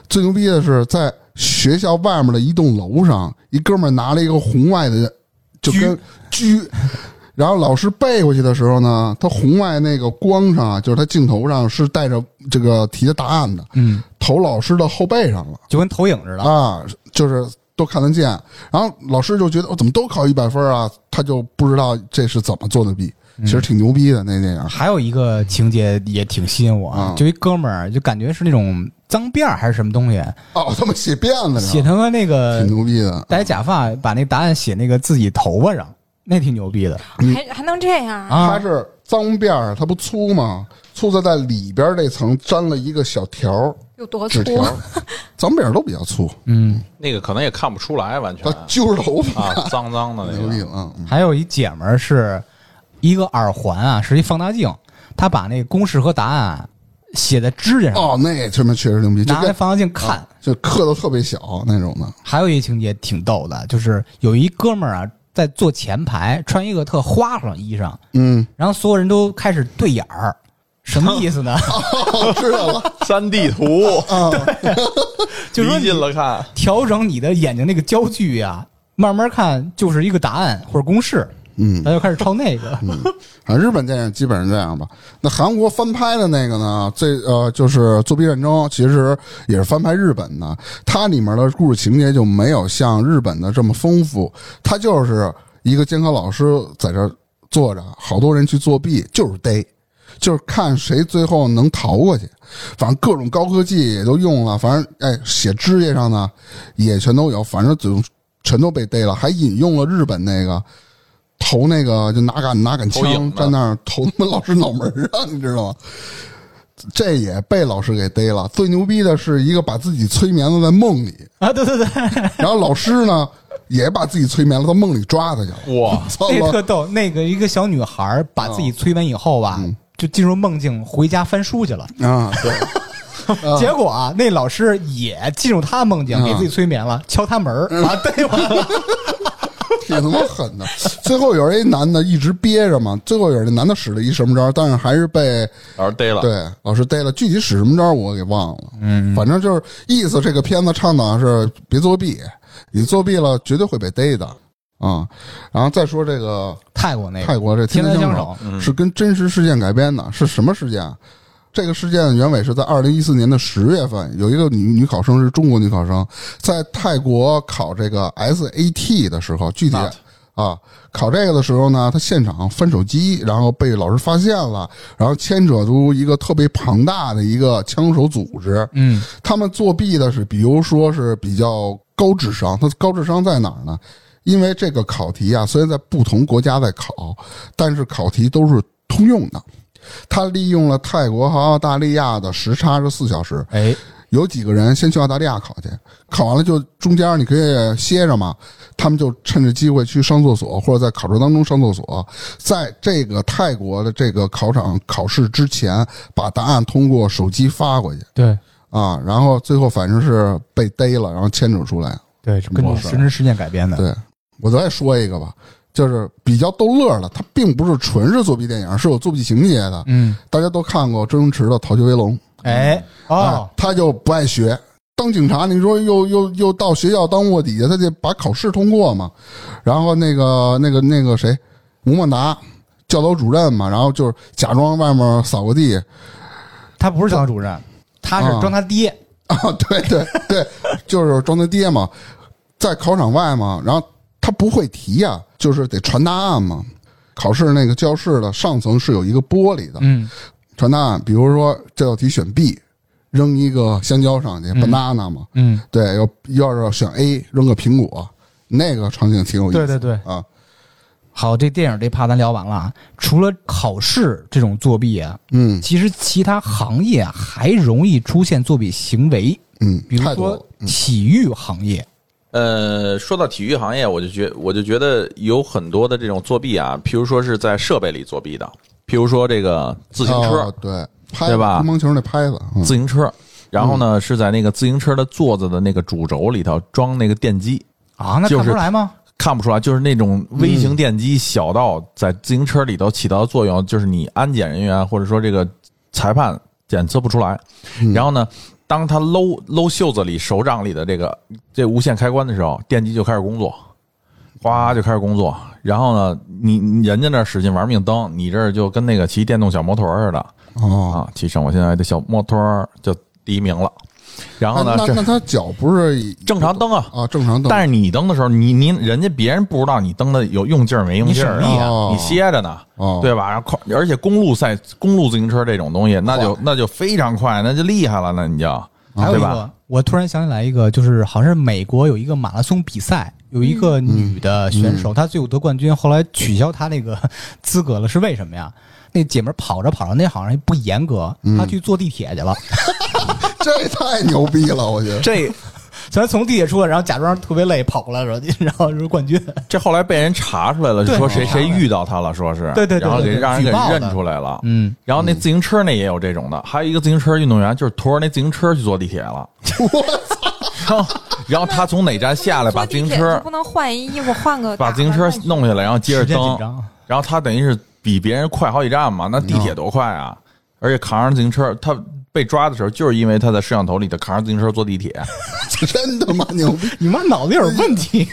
Speaker 2: 最牛逼的是，在学校外面的一栋楼上，一哥们儿拿了一个红外的，就跟狙。然后老师背过去的时候呢，他红外那个光上啊，就是他镜头上是带着这个题的答案的，
Speaker 1: 嗯，
Speaker 2: 投老师的后背上了。
Speaker 1: 就跟投影似的。
Speaker 2: 啊，就是都看得见。然后老师就觉得哦我、怎么都考一百分啊，他就不知道这是怎么做的弊，其实挺牛逼的那啊电影
Speaker 1: 还有一个情节也挺吸引我啊
Speaker 2: 嗯，
Speaker 1: 就一哥们儿，就感觉是那种脏辫儿还是什么东西，
Speaker 2: 哦，他妈写遍了，
Speaker 1: 写他妈那个
Speaker 2: 挺牛逼的。
Speaker 1: 戴假发，把那答案写那个自己头发上，那挺牛逼的
Speaker 4: 还还能这样啊？
Speaker 2: 他
Speaker 1: 嗯啊。
Speaker 2: 是脏辫儿，它不粗吗？粗的在里边这层粘了一个小条儿
Speaker 4: 有多
Speaker 2: 纸？
Speaker 4: 粗
Speaker 2: 条儿，脏辫儿都比较粗，
Speaker 1: 嗯，
Speaker 5: 那个可能也看不出来，完全
Speaker 2: 他揪着头发，
Speaker 5: 啊，脏脏的那
Speaker 2: 牛逼 (laughs)
Speaker 5: 个，
Speaker 2: 了啊！嗯
Speaker 1: 还有一姐们儿是一个耳环啊，是一放大镜，她把那个公式和答案写在指甲上，
Speaker 2: 哦，那他妈确实牛逼，就
Speaker 1: 拿那
Speaker 2: 跟
Speaker 1: 放大镜看。
Speaker 2: 就刻的特别小那种的，
Speaker 1: 还有一情节挺逗的，就是有一哥们儿啊，在坐前排，穿一个特花花的衣裳，
Speaker 2: 嗯，
Speaker 1: 然后所有人都开始对眼儿，什么意思呢？
Speaker 2: 哦，知道了，
Speaker 5: 三 D 图，
Speaker 2: 啊
Speaker 1: 就说
Speaker 5: 离
Speaker 1: 你
Speaker 5: 近了看，
Speaker 1: 调整你的眼睛那个焦距呀、慢慢看就是一个答案或者公式，
Speaker 2: 嗯
Speaker 1: 他，就开始抄那个。
Speaker 2: 啊，日本电影基本上这样吧。那韩国翻拍的那个呢，这呃就是《作弊战争》，其实也是翻拍日本的，它里面的故事情节就没有像日本的这么丰富，它就是一个监考老师在这儿坐着，好多人去作弊，就是逮。就是看谁最后能逃过去，反正各种高科技也都用了，反正哎，写指甲上呢也全都有，反正总全都被逮了，还引用了日本那个投那个就拿杆拿杆
Speaker 5: 投影
Speaker 2: 枪
Speaker 5: 的
Speaker 2: 站那儿投他妈老师脑门儿上，你知道吗？这也被老师给逮了。最牛逼的是一个把自己催眠了在梦里，
Speaker 1: 啊，对对对，
Speaker 2: 然后老师呢也把自己催眠了，到梦里抓他去了。
Speaker 5: 哇，
Speaker 2: 操
Speaker 1: 那
Speaker 2: 了
Speaker 1: 特逗。那个一个小女孩儿把自己催眠以后吧，
Speaker 2: 嗯
Speaker 1: 就进入梦境，回家翻书去了。
Speaker 2: 啊！对，啊
Speaker 1: 结果啊，那老师也进入她梦境，
Speaker 2: 嗯
Speaker 1: 给自己催眠了，敲她门儿，把她逮完
Speaker 2: (laughs)
Speaker 1: 了。
Speaker 2: 挺他妈狠的。最后有人一男的一直憋着嘛，最后有人男的使了一什么招，但是还是被
Speaker 5: 老师逮了，
Speaker 2: 对老师逮了。具体使什么招我给忘了，
Speaker 1: 嗯，
Speaker 2: 反正就是意思。这个片子倡导的是别作弊，你作弊了绝对会被逮的啊、然后再说这个
Speaker 1: 泰国那个
Speaker 2: 泰国这《
Speaker 1: 天
Speaker 2: 天
Speaker 1: 才
Speaker 2: 枪
Speaker 1: 枪
Speaker 2: 手
Speaker 1: 手，》
Speaker 5: 嗯
Speaker 2: 是跟真实事件改编的，是什么事件啊？这个事件的原委是在二零一四年的十月份，有一个女女考生是中国女考生，在泰国考这个 SAT 的时候，具体
Speaker 5: Not
Speaker 2: 啊啊，考这个的时候呢，他现场翻手机，然后被老师发现了，然后牵扯出一个特别庞大的一个枪手组织。
Speaker 1: 嗯，
Speaker 2: 他们作弊的是，比如说是比较高智商，他高智商在哪儿呢？因为这个考题啊，虽然在不同国家在考，但是考题都是通用的。他利用了泰国和澳大利亚的时差是四小时，
Speaker 1: 哎，
Speaker 2: 有几个人先去澳大利亚考去，考完了就中间你可以歇着嘛，他们就趁着机会去上厕所，或者在考试当中上厕所，在这个泰国的这个考场考试之前，把答案通过手机发过去
Speaker 1: 对
Speaker 2: 啊，然后最后反正是被逮了，然后牵扯出来。
Speaker 1: 对，是根据
Speaker 2: 哇塞
Speaker 1: 真实事件改编的。
Speaker 2: 对我再说一个吧，就是比较逗乐的，它并不是纯是作弊电影，是有作弊情节的。
Speaker 1: 嗯，
Speaker 2: 大家都看过周星驰的《逃学威龙》。
Speaker 1: 哎，哦
Speaker 2: 哎，，他就不爱学。当警察，你说又又又到学校当卧底去，他得把考试通过嘛。然后那个那个那个谁，吴孟达，教导主任嘛，然后就是假装外面扫个地
Speaker 1: 他不是教导主任，他是
Speaker 2: 啊
Speaker 1: 装他爹。
Speaker 2: (laughs) 啊，对对对，就是装他爹嘛，在考场外嘛。然后他不会题呀、就是得传答案嘛。考试那个教室的上层是有一个玻璃的，
Speaker 1: 嗯，
Speaker 2: 传答案，比如说这道题选 B，扔一个香蕉上去，banana 嘛，
Speaker 1: 嗯，
Speaker 2: 对，要要是选 A 扔个苹果，那个场景挺有意思
Speaker 1: 对对对。
Speaker 2: 啊。
Speaker 1: 好，这电影这趴咱聊完了啊。除了考试这种作弊啊，
Speaker 2: 嗯
Speaker 1: 其实其他行业啊还容易出现作弊行为，
Speaker 2: 嗯，
Speaker 1: 比如
Speaker 2: 太多了
Speaker 1: 说。体育行业。
Speaker 5: 呃，说到体育行业，我就觉我就觉得有很多的这种作弊啊，譬如说是在设备里作弊的，譬如说这个自行车，
Speaker 2: 哦对，拍
Speaker 5: 对吧
Speaker 2: 乒乓球那拍子，嗯
Speaker 5: 自行车，然后呢是在那个自行车的座子的那个主轴里头装那个电机，
Speaker 1: 啊，那看
Speaker 5: 就
Speaker 1: 不
Speaker 5: 是
Speaker 1: 出来吗？
Speaker 5: 看不出来，就是那种微
Speaker 2: 嗯
Speaker 5: 型电机小到在自行车里头起到的作用，就是你安检人员啊或者说这个裁判检测不出来。
Speaker 2: 嗯
Speaker 5: 然后呢，当他搂搂袖子里、手掌里的这个这无线开关的时候，电机就开始工作，哗就开始工作。然后呢，你你人家那儿使劲玩命蹬，你这儿就跟那个骑电动小摩托似的
Speaker 2: 哦。
Speaker 5: 啊，骑上我现在的小摩托就第一名了。啊然后
Speaker 2: 那
Speaker 5: 呢，
Speaker 2: 哎那
Speaker 5: 这
Speaker 2: 那他脚不是
Speaker 5: 正常蹬啊，
Speaker 2: 啊，正常
Speaker 1: 嗯
Speaker 2: 蹬，
Speaker 5: 但是你蹬的时候，你你人家别人不知道你蹬的有用劲儿没用劲儿，
Speaker 1: 你省力
Speaker 2: 啊
Speaker 5: 你歇着呢，
Speaker 2: 哦
Speaker 5: 对吧？然后快，而且公路赛、公路自行车这种东西，那就那就非常快，那就厉害了，那你就
Speaker 1: 哦还有
Speaker 5: 嗯对
Speaker 1: 一
Speaker 5: 吧？
Speaker 1: 个，我突然想起来一个，就是好像是美国有一个马拉松比赛，有一个女的选手，她最后得冠军，后来取消她那个 (laughs) 资格了，是为什么呀？那姐们儿跑着跑着，那好像不严格，她去坐地铁去了，
Speaker 2: (laughs) 这太牛逼了，我觉
Speaker 5: (laughs)
Speaker 2: 得。
Speaker 1: (laughs)
Speaker 5: 这
Speaker 1: 咱从地铁出来，然后假装特别累跑过来了，然后就是冠军。
Speaker 5: 这后来被人查出来了，
Speaker 1: 对
Speaker 5: 说谁
Speaker 1: 查出来
Speaker 5: 谁遇到他了，说是
Speaker 1: 对对对
Speaker 5: 然后
Speaker 1: 对
Speaker 5: 给
Speaker 1: 对
Speaker 5: 让人
Speaker 1: 举
Speaker 5: 给
Speaker 1: 报的
Speaker 5: 认出来了。
Speaker 1: 嗯，
Speaker 5: 然后那自行车那也有这种的，还有一个自行车运动员就是驮着那自行车去坐地铁了，然后然后他从哪站下来把
Speaker 4: 坐
Speaker 5: 自
Speaker 4: 地
Speaker 5: 行
Speaker 4: 铁
Speaker 5: 车
Speaker 4: 就不能换一衣服换个打
Speaker 5: 把自行车
Speaker 4: 扮
Speaker 5: 弄下来，然后接
Speaker 1: 时
Speaker 5: 着
Speaker 1: 间紧
Speaker 5: 蹬，
Speaker 1: 张，啊嗯
Speaker 5: 然后他等于是比别人快好几站嘛，那地铁多快啊！而且扛上自行车，他被抓的时候，就是因为他在摄像头里头扛着自行车坐地
Speaker 1: (laughs)
Speaker 5: 铁。
Speaker 2: 真他妈牛逼！
Speaker 1: 你妈脑子有问题。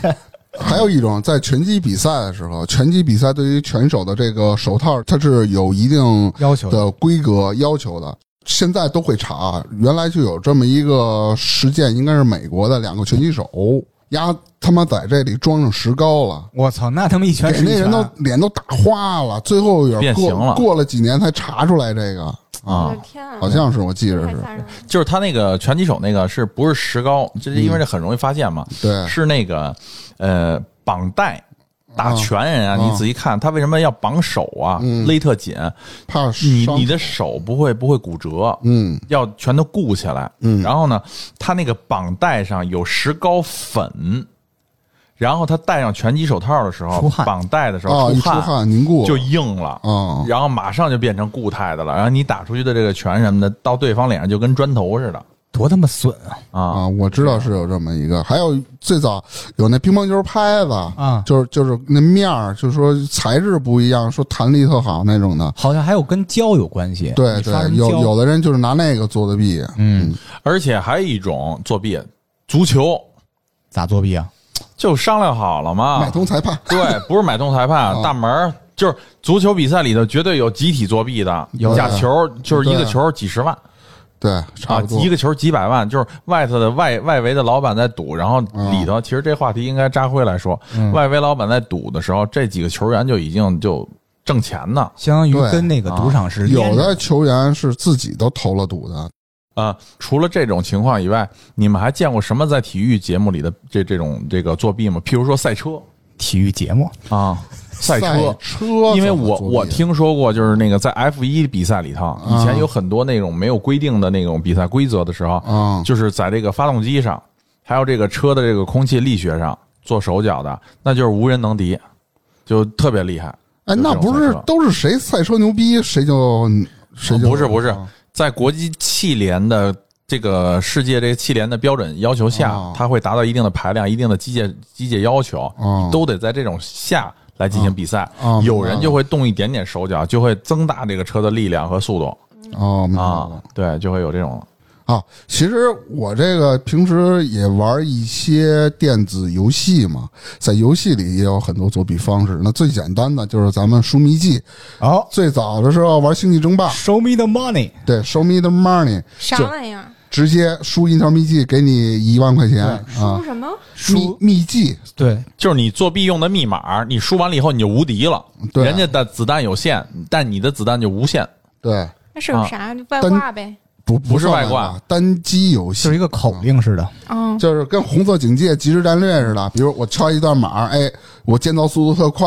Speaker 2: 还有一种，在拳击比赛的时候，拳击比赛对于拳手的这个手套，它是有一定
Speaker 1: 要求的
Speaker 2: 的规格要求的。现在都会查，原来就有这么一个事件，应该是美国的两个拳击手，丫他妈在这里装上石膏了，
Speaker 1: (laughs) 我操，那他妈一拳
Speaker 2: 给
Speaker 1: 是一
Speaker 2: 那
Speaker 1: 拳
Speaker 2: 人都脸都打花了，最后也
Speaker 5: 变
Speaker 2: 过
Speaker 5: 形了嗯
Speaker 2: 过了几年才查出来这个
Speaker 4: 我
Speaker 2: 啊
Speaker 4: 的，天啊，
Speaker 2: 好像是我记着
Speaker 4: 太
Speaker 2: 是，
Speaker 4: 吓人了。
Speaker 5: 就是他那个拳击手那个是不是石膏？就是因为这
Speaker 1: 嗯
Speaker 5: 很容易发现嘛，
Speaker 2: 对，
Speaker 5: 是那个呃绑带。
Speaker 1: 哦
Speaker 5: 打拳人啊，
Speaker 2: 啊
Speaker 5: 你仔细看，他为什么要绑手啊？
Speaker 1: 嗯
Speaker 5: 勒特紧，
Speaker 2: 怕
Speaker 5: 你
Speaker 2: 伤
Speaker 5: 你的手不会不会骨折，
Speaker 2: 嗯
Speaker 5: 要全都固起来。
Speaker 2: 嗯
Speaker 5: 然后呢，他那个绑带上有石膏粉，然后他戴上拳击手套的时候
Speaker 1: 出，汗
Speaker 5: 绑带的时候
Speaker 2: 啊，一出
Speaker 5: 汗
Speaker 2: 汗凝固了
Speaker 5: 就硬了。
Speaker 2: 啊，
Speaker 5: 然后马上就变成固态的了，然后你打出去的这个拳什么的，到对方脸上就跟砖头似的
Speaker 1: 多他妈损啊！
Speaker 5: 啊！
Speaker 2: 啊，我知道是有这么一个，还有最早有那乒乓球拍子
Speaker 1: 啊
Speaker 2: 就是就是那面儿，就是说材质不一样，说弹力特好那种的。
Speaker 1: 好像还有跟胶有关系，
Speaker 2: 对
Speaker 1: 你
Speaker 2: 对
Speaker 1: 刷什，么
Speaker 2: 有
Speaker 1: 胶
Speaker 2: 有的人就是拿那个做的币，
Speaker 1: 嗯，
Speaker 5: 而且还有一种作弊，足球
Speaker 1: 咋作弊啊？
Speaker 5: 就商量好了嘛，
Speaker 2: 买通裁判。
Speaker 5: 对，不是买通裁判，大门儿就是足球比赛里头绝对有集体作弊的，
Speaker 1: 有的
Speaker 5: 假球就是一个球几十万，
Speaker 2: 对对，差
Speaker 5: 啊
Speaker 2: 不，多
Speaker 5: 一。个球几百万，就是外头的外外围的老板在赌，然后
Speaker 2: 啊
Speaker 5: 里头、其实这话题应该扎辉来说，
Speaker 2: 嗯
Speaker 5: 外围老板在赌的时候，这几个球员就已经就挣钱呢
Speaker 1: 相当于
Speaker 2: 对
Speaker 1: 跟那个赌场是连
Speaker 2: 有
Speaker 1: 着
Speaker 2: 的球员是自己都投了赌的，
Speaker 5: 啊、除了这种情况以外，你们还见过什么在体育节目里的这这种这个作弊吗？譬如说赛车
Speaker 1: 体育节目，
Speaker 5: 啊，赛车。
Speaker 2: 车，
Speaker 5: 因为
Speaker 2: 怎么
Speaker 5: 我
Speaker 2: 作弊啊
Speaker 5: 我听说过，就是那个在 F 一比赛里头，以前有很多那种没有规定的那种比赛规则的时候，
Speaker 2: 啊，
Speaker 5: 就是在这个发动机上，还有这个车的这个空气力学上做手脚的，那就是无人能敌，就特别厉害。
Speaker 2: 哎，
Speaker 5: 就这种
Speaker 2: 那不
Speaker 5: 赛
Speaker 2: 是
Speaker 5: 车
Speaker 2: 都是谁赛车牛逼谁就谁就嗯
Speaker 5: 不是不是，在国际汽联的这个世界这个汽联的标准要求下
Speaker 2: 哦，
Speaker 5: 它会达到一定的排量、一定的机械机械要求
Speaker 2: 哦，
Speaker 5: 都得在这种下来进行比赛
Speaker 2: 哦哦。
Speaker 5: 有
Speaker 2: 明白
Speaker 5: 人
Speaker 2: 了
Speaker 5: 就会动一点点手脚，就会增大这个车的力量和速度
Speaker 2: 哦，明白了
Speaker 5: 啊。对，就会有这种
Speaker 2: 啊，其实我这个平时也玩一些电子游戏嘛，在游戏里也有很多作弊方式。那最简单的就是咱们输迷记，
Speaker 1: 哦
Speaker 2: 最早的时候玩《星际争霸》，
Speaker 1: ，Show me the money，
Speaker 2: 对，Show me the money，
Speaker 4: 啥
Speaker 2: 就
Speaker 4: 玩意儿？
Speaker 2: 直接输一条秘籍给你一万块钱啊
Speaker 4: 输，什么？
Speaker 2: 秘秘籍，
Speaker 1: 对，
Speaker 5: 就是你作弊用的密码，你输完了以后你就无敌了。
Speaker 2: 对
Speaker 5: 人家的子弹有限，但你的子弹就无限。
Speaker 2: 对，
Speaker 4: 那是个
Speaker 5: 啊
Speaker 4: 啥？外
Speaker 2: 单
Speaker 4: 挂呗。
Speaker 2: 不
Speaker 5: 不是
Speaker 2: 算
Speaker 5: 外挂
Speaker 2: 挂，单机游戏
Speaker 1: 就是一个口令似的，
Speaker 4: 嗯，
Speaker 2: 就是跟红色警戒、即时战略似的。比如我敲一段码，哎，我建造速度特快，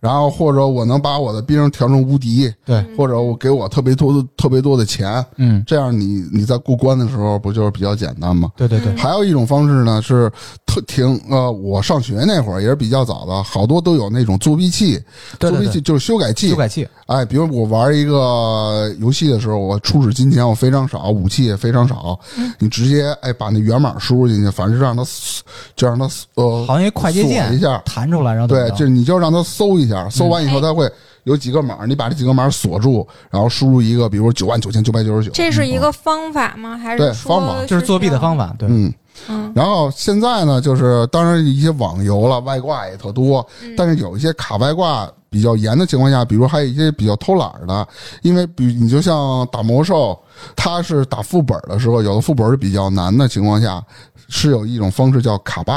Speaker 2: 然后或者我能把我的兵调成无敌，
Speaker 1: 对，
Speaker 2: 或者我给我特别多的特别多的钱，
Speaker 1: 嗯，
Speaker 2: 这样你你在过关的时候不就是比较简单吗？
Speaker 1: 对对对，
Speaker 2: 还有一种方式呢，是特挺呃，我上学那会儿也是比较早的，好多都有那种作弊器，
Speaker 1: 对
Speaker 2: 作
Speaker 1: 对
Speaker 2: 弊器
Speaker 1: 对，
Speaker 2: 就是修改器，
Speaker 1: 修改器，
Speaker 2: 哎，比如我玩一个游戏的时候，我初始金钱我非常少，武器也非常少，你直接哎把那源码输入进去，反正让它搜就让它搜呃
Speaker 1: 好像一快捷
Speaker 2: 锁
Speaker 1: 键
Speaker 2: 一下，
Speaker 1: 弹出来，然后怎么
Speaker 2: 对，
Speaker 1: 着
Speaker 2: 就你就让它搜一下，搜完以后它会有几个码，你把这几个码锁住，然后输入一个，比如九万九千九百九十九，
Speaker 4: 这是一个方法吗？还
Speaker 2: 对
Speaker 4: 是说
Speaker 2: 方法
Speaker 1: 就是作弊的方法，对，
Speaker 2: 嗯。
Speaker 4: 嗯，
Speaker 2: 然后现在呢，就是当然一些网游了，外挂也特多，但是有一些卡外挂比较严的情况下，比如还有一些比较偷懒儿的，因为比你就像打魔兽，它是打副本的时候，有的副本是比较难的情况下，是有一种方式叫卡 bug。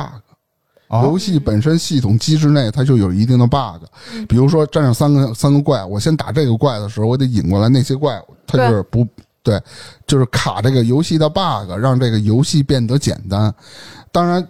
Speaker 2: 游
Speaker 1: 哦，
Speaker 2: 戏本身系统机制内它就有一定的 bug，比如说战上三个三个怪，我先打这个怪的时候，我得引过来那些怪，它就是不对，就是卡这个游戏的 bug，让这个游戏变得简单。当然，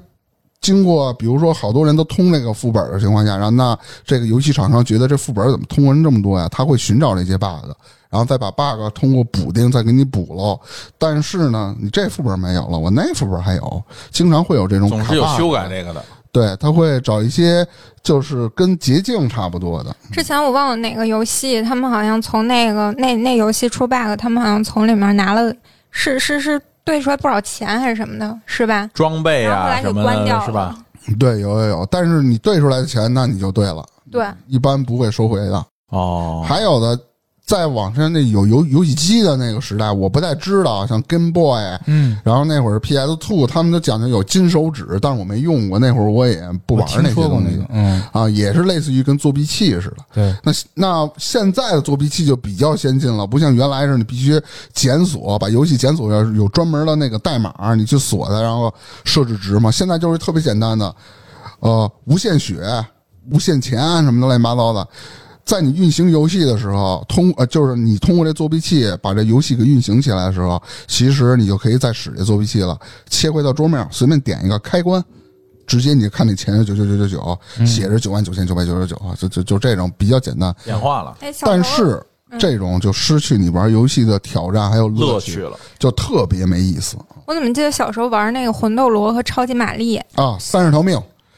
Speaker 2: 经过比如说好多人都通这个副本的情况下，然后那这个游戏厂商觉得这副本怎么通过人这么多呀？他会寻找这些 bug，然后再把 bug 通过补丁再给你补喽。但是呢，你这副本没有了，我那副本还有，经常会有这种
Speaker 5: 总
Speaker 2: 卡
Speaker 5: 是有
Speaker 2: bug
Speaker 5: 修改这个的。
Speaker 2: 对，他会找一些就是跟捷径差不多的。
Speaker 4: 之前我忘了哪个游戏，他们好像从那个那那游戏出 bug，他们好像从里面拿了，是是是兑出来不少钱还是什么的，是吧？
Speaker 5: 装备
Speaker 4: 然后后
Speaker 5: 啊
Speaker 4: 来
Speaker 5: 什
Speaker 4: 给
Speaker 5: 么
Speaker 4: 关掉
Speaker 5: 的，
Speaker 4: 了，
Speaker 5: 是吧？？
Speaker 2: 对，有有有，但是你兑出来的钱，那你就对了，
Speaker 4: 对，
Speaker 2: 一般不会收回的。
Speaker 5: 哦，
Speaker 2: 还有的，在网上那有游游戏机的那个时代，我不太知道，像 Game Boy，
Speaker 1: 嗯，
Speaker 2: 然后那会儿 PS Two，他们都讲究有金手指，但是我没用过，那会儿我也不
Speaker 1: 我
Speaker 2: 玩
Speaker 1: 听
Speaker 2: 那些
Speaker 1: 说过
Speaker 2: 东
Speaker 1: 那
Speaker 2: 西
Speaker 1: 个，嗯，
Speaker 2: 啊，也是类似于跟作弊器似的。
Speaker 1: 对，
Speaker 2: 那那现在的作弊器就比较先进了，不像原来似的，你必须检索，把游戏检索要是有专门的那个代码，你去锁它，然后设置值嘛。现在就是特别简单的，呃，无限血、无限钱啊什么的乱七八糟的。在你运行游戏的时候，通呃就是你通过这作弊器把这游戏给运行起来的时候，其实你就可以再使这作弊器了。切回到桌面，随便点一个开关，直接你就看那钱九九九九九，
Speaker 5: 嗯
Speaker 2: 写着九万九千九百九十九啊，就就就这种比较简单。
Speaker 5: 演化了，
Speaker 4: 哎，小
Speaker 2: 但
Speaker 4: 时候
Speaker 2: 是这种就失去你玩游戏的挑战还有
Speaker 5: 乐
Speaker 2: 趣，
Speaker 5: 趣了。
Speaker 2: 就特别没意思
Speaker 4: 我怎么记得小时候玩那个魂斗罗和超级玛丽，
Speaker 2: 啊！三十条命，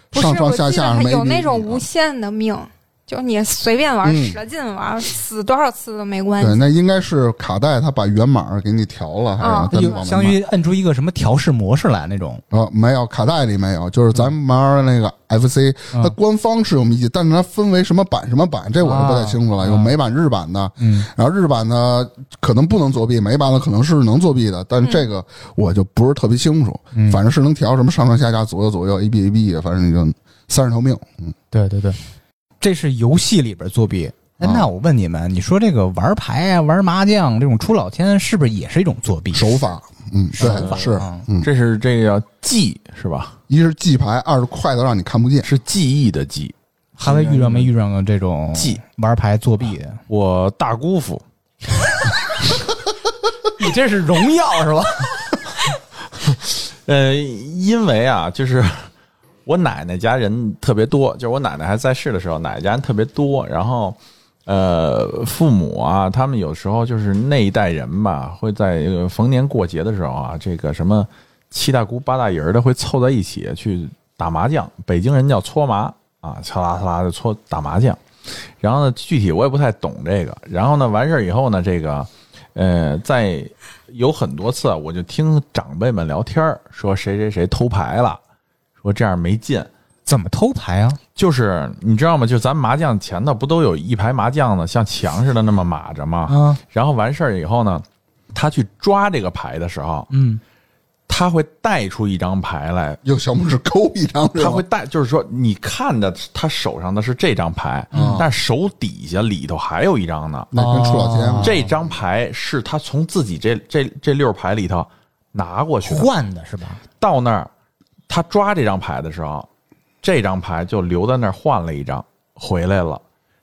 Speaker 4: 不是
Speaker 2: 上上下
Speaker 4: 我记得
Speaker 2: 下
Speaker 4: 还
Speaker 2: 什么
Speaker 4: 有
Speaker 2: ABD
Speaker 4: 那种无限的命，就你随便玩
Speaker 2: 嗯，
Speaker 4: 使劲玩，死多少次都没关
Speaker 2: 对，
Speaker 4: 系。
Speaker 2: 那应该是卡带它把源码给你调了，还是
Speaker 4: 啊
Speaker 2: 咱们
Speaker 1: 就
Speaker 2: 往
Speaker 1: 相
Speaker 2: 外
Speaker 1: 当
Speaker 2: 卖
Speaker 1: 于摁出一个什么调试模式来那种，
Speaker 2: 啊，没有卡带里没有，就是咱们玩那个 FC，
Speaker 1: 嗯
Speaker 2: 它官方是有秘籍，但是它分为什么版什么版，这我是不太清楚了，
Speaker 1: 啊
Speaker 2: 有美版、日版的，
Speaker 1: 嗯，
Speaker 2: 然后日版的可能不能作弊，美版的可能是能作弊的，但是这个我就不是特别清楚。
Speaker 1: 嗯
Speaker 2: 反正是能调什么上上下下、左右左右、A 啊 B A B，反正你就三十条命
Speaker 1: 对对对，这是游戏里边作弊，哎，那我问你们，你说这个玩牌啊、玩麻将这种出老千，是不是也是一种作弊
Speaker 2: 手法，嗯，
Speaker 1: 手法
Speaker 2: 对，是，
Speaker 1: 嗯
Speaker 2: 嗯，
Speaker 5: 这是这个计是吧？
Speaker 2: 一是记牌，二是快的让你看不见。
Speaker 5: 是记忆的记。
Speaker 1: 还会遇上没遇上过这种
Speaker 5: 计
Speaker 1: 玩牌作弊的？
Speaker 5: 我大姑父，
Speaker 1: 你这是荣耀是吧？
Speaker 5: (laughs) 呃，因为啊，就是我奶奶家人特别多，就是我奶奶还在世的时候，奶奶家人特别多。然后，呃，父母啊，他们有时候就是那一代人吧，会在呃逢年过节的时候啊，这个什么七大姑八大姨儿的会凑在一起去打麻将，北京人叫搓麻啊，嚓啦嚓啦的搓打麻将。然后呢，具体我也不太懂这个。然后呢，完事儿以后呢，这个，呃，在有很多次啊我就听长辈们聊天儿说谁谁谁偷牌了，说这样没劲。
Speaker 1: 怎么偷牌啊？
Speaker 5: 就是你知道吗？就咱麻将前头不都有一排麻将呢，像墙似的那么码着吗？
Speaker 1: 啊，
Speaker 5: 然后完事儿以后呢，他去抓这个牌的时候，
Speaker 1: 嗯，
Speaker 5: 他会带出一张牌来，
Speaker 2: 用小拇指抠一张，是吧
Speaker 5: 他会带，就是说你看的他手上的是这张牌，
Speaker 1: 嗯
Speaker 5: 但手底下里头还有一张呢。
Speaker 2: 那跟出老千啊
Speaker 5: 哦这张牌是他从自己这这这六牌里头拿过去的，
Speaker 1: 换的是吧？
Speaker 5: 到那儿，他抓这张牌的时候，这张牌就留在那儿换了一张，回来了，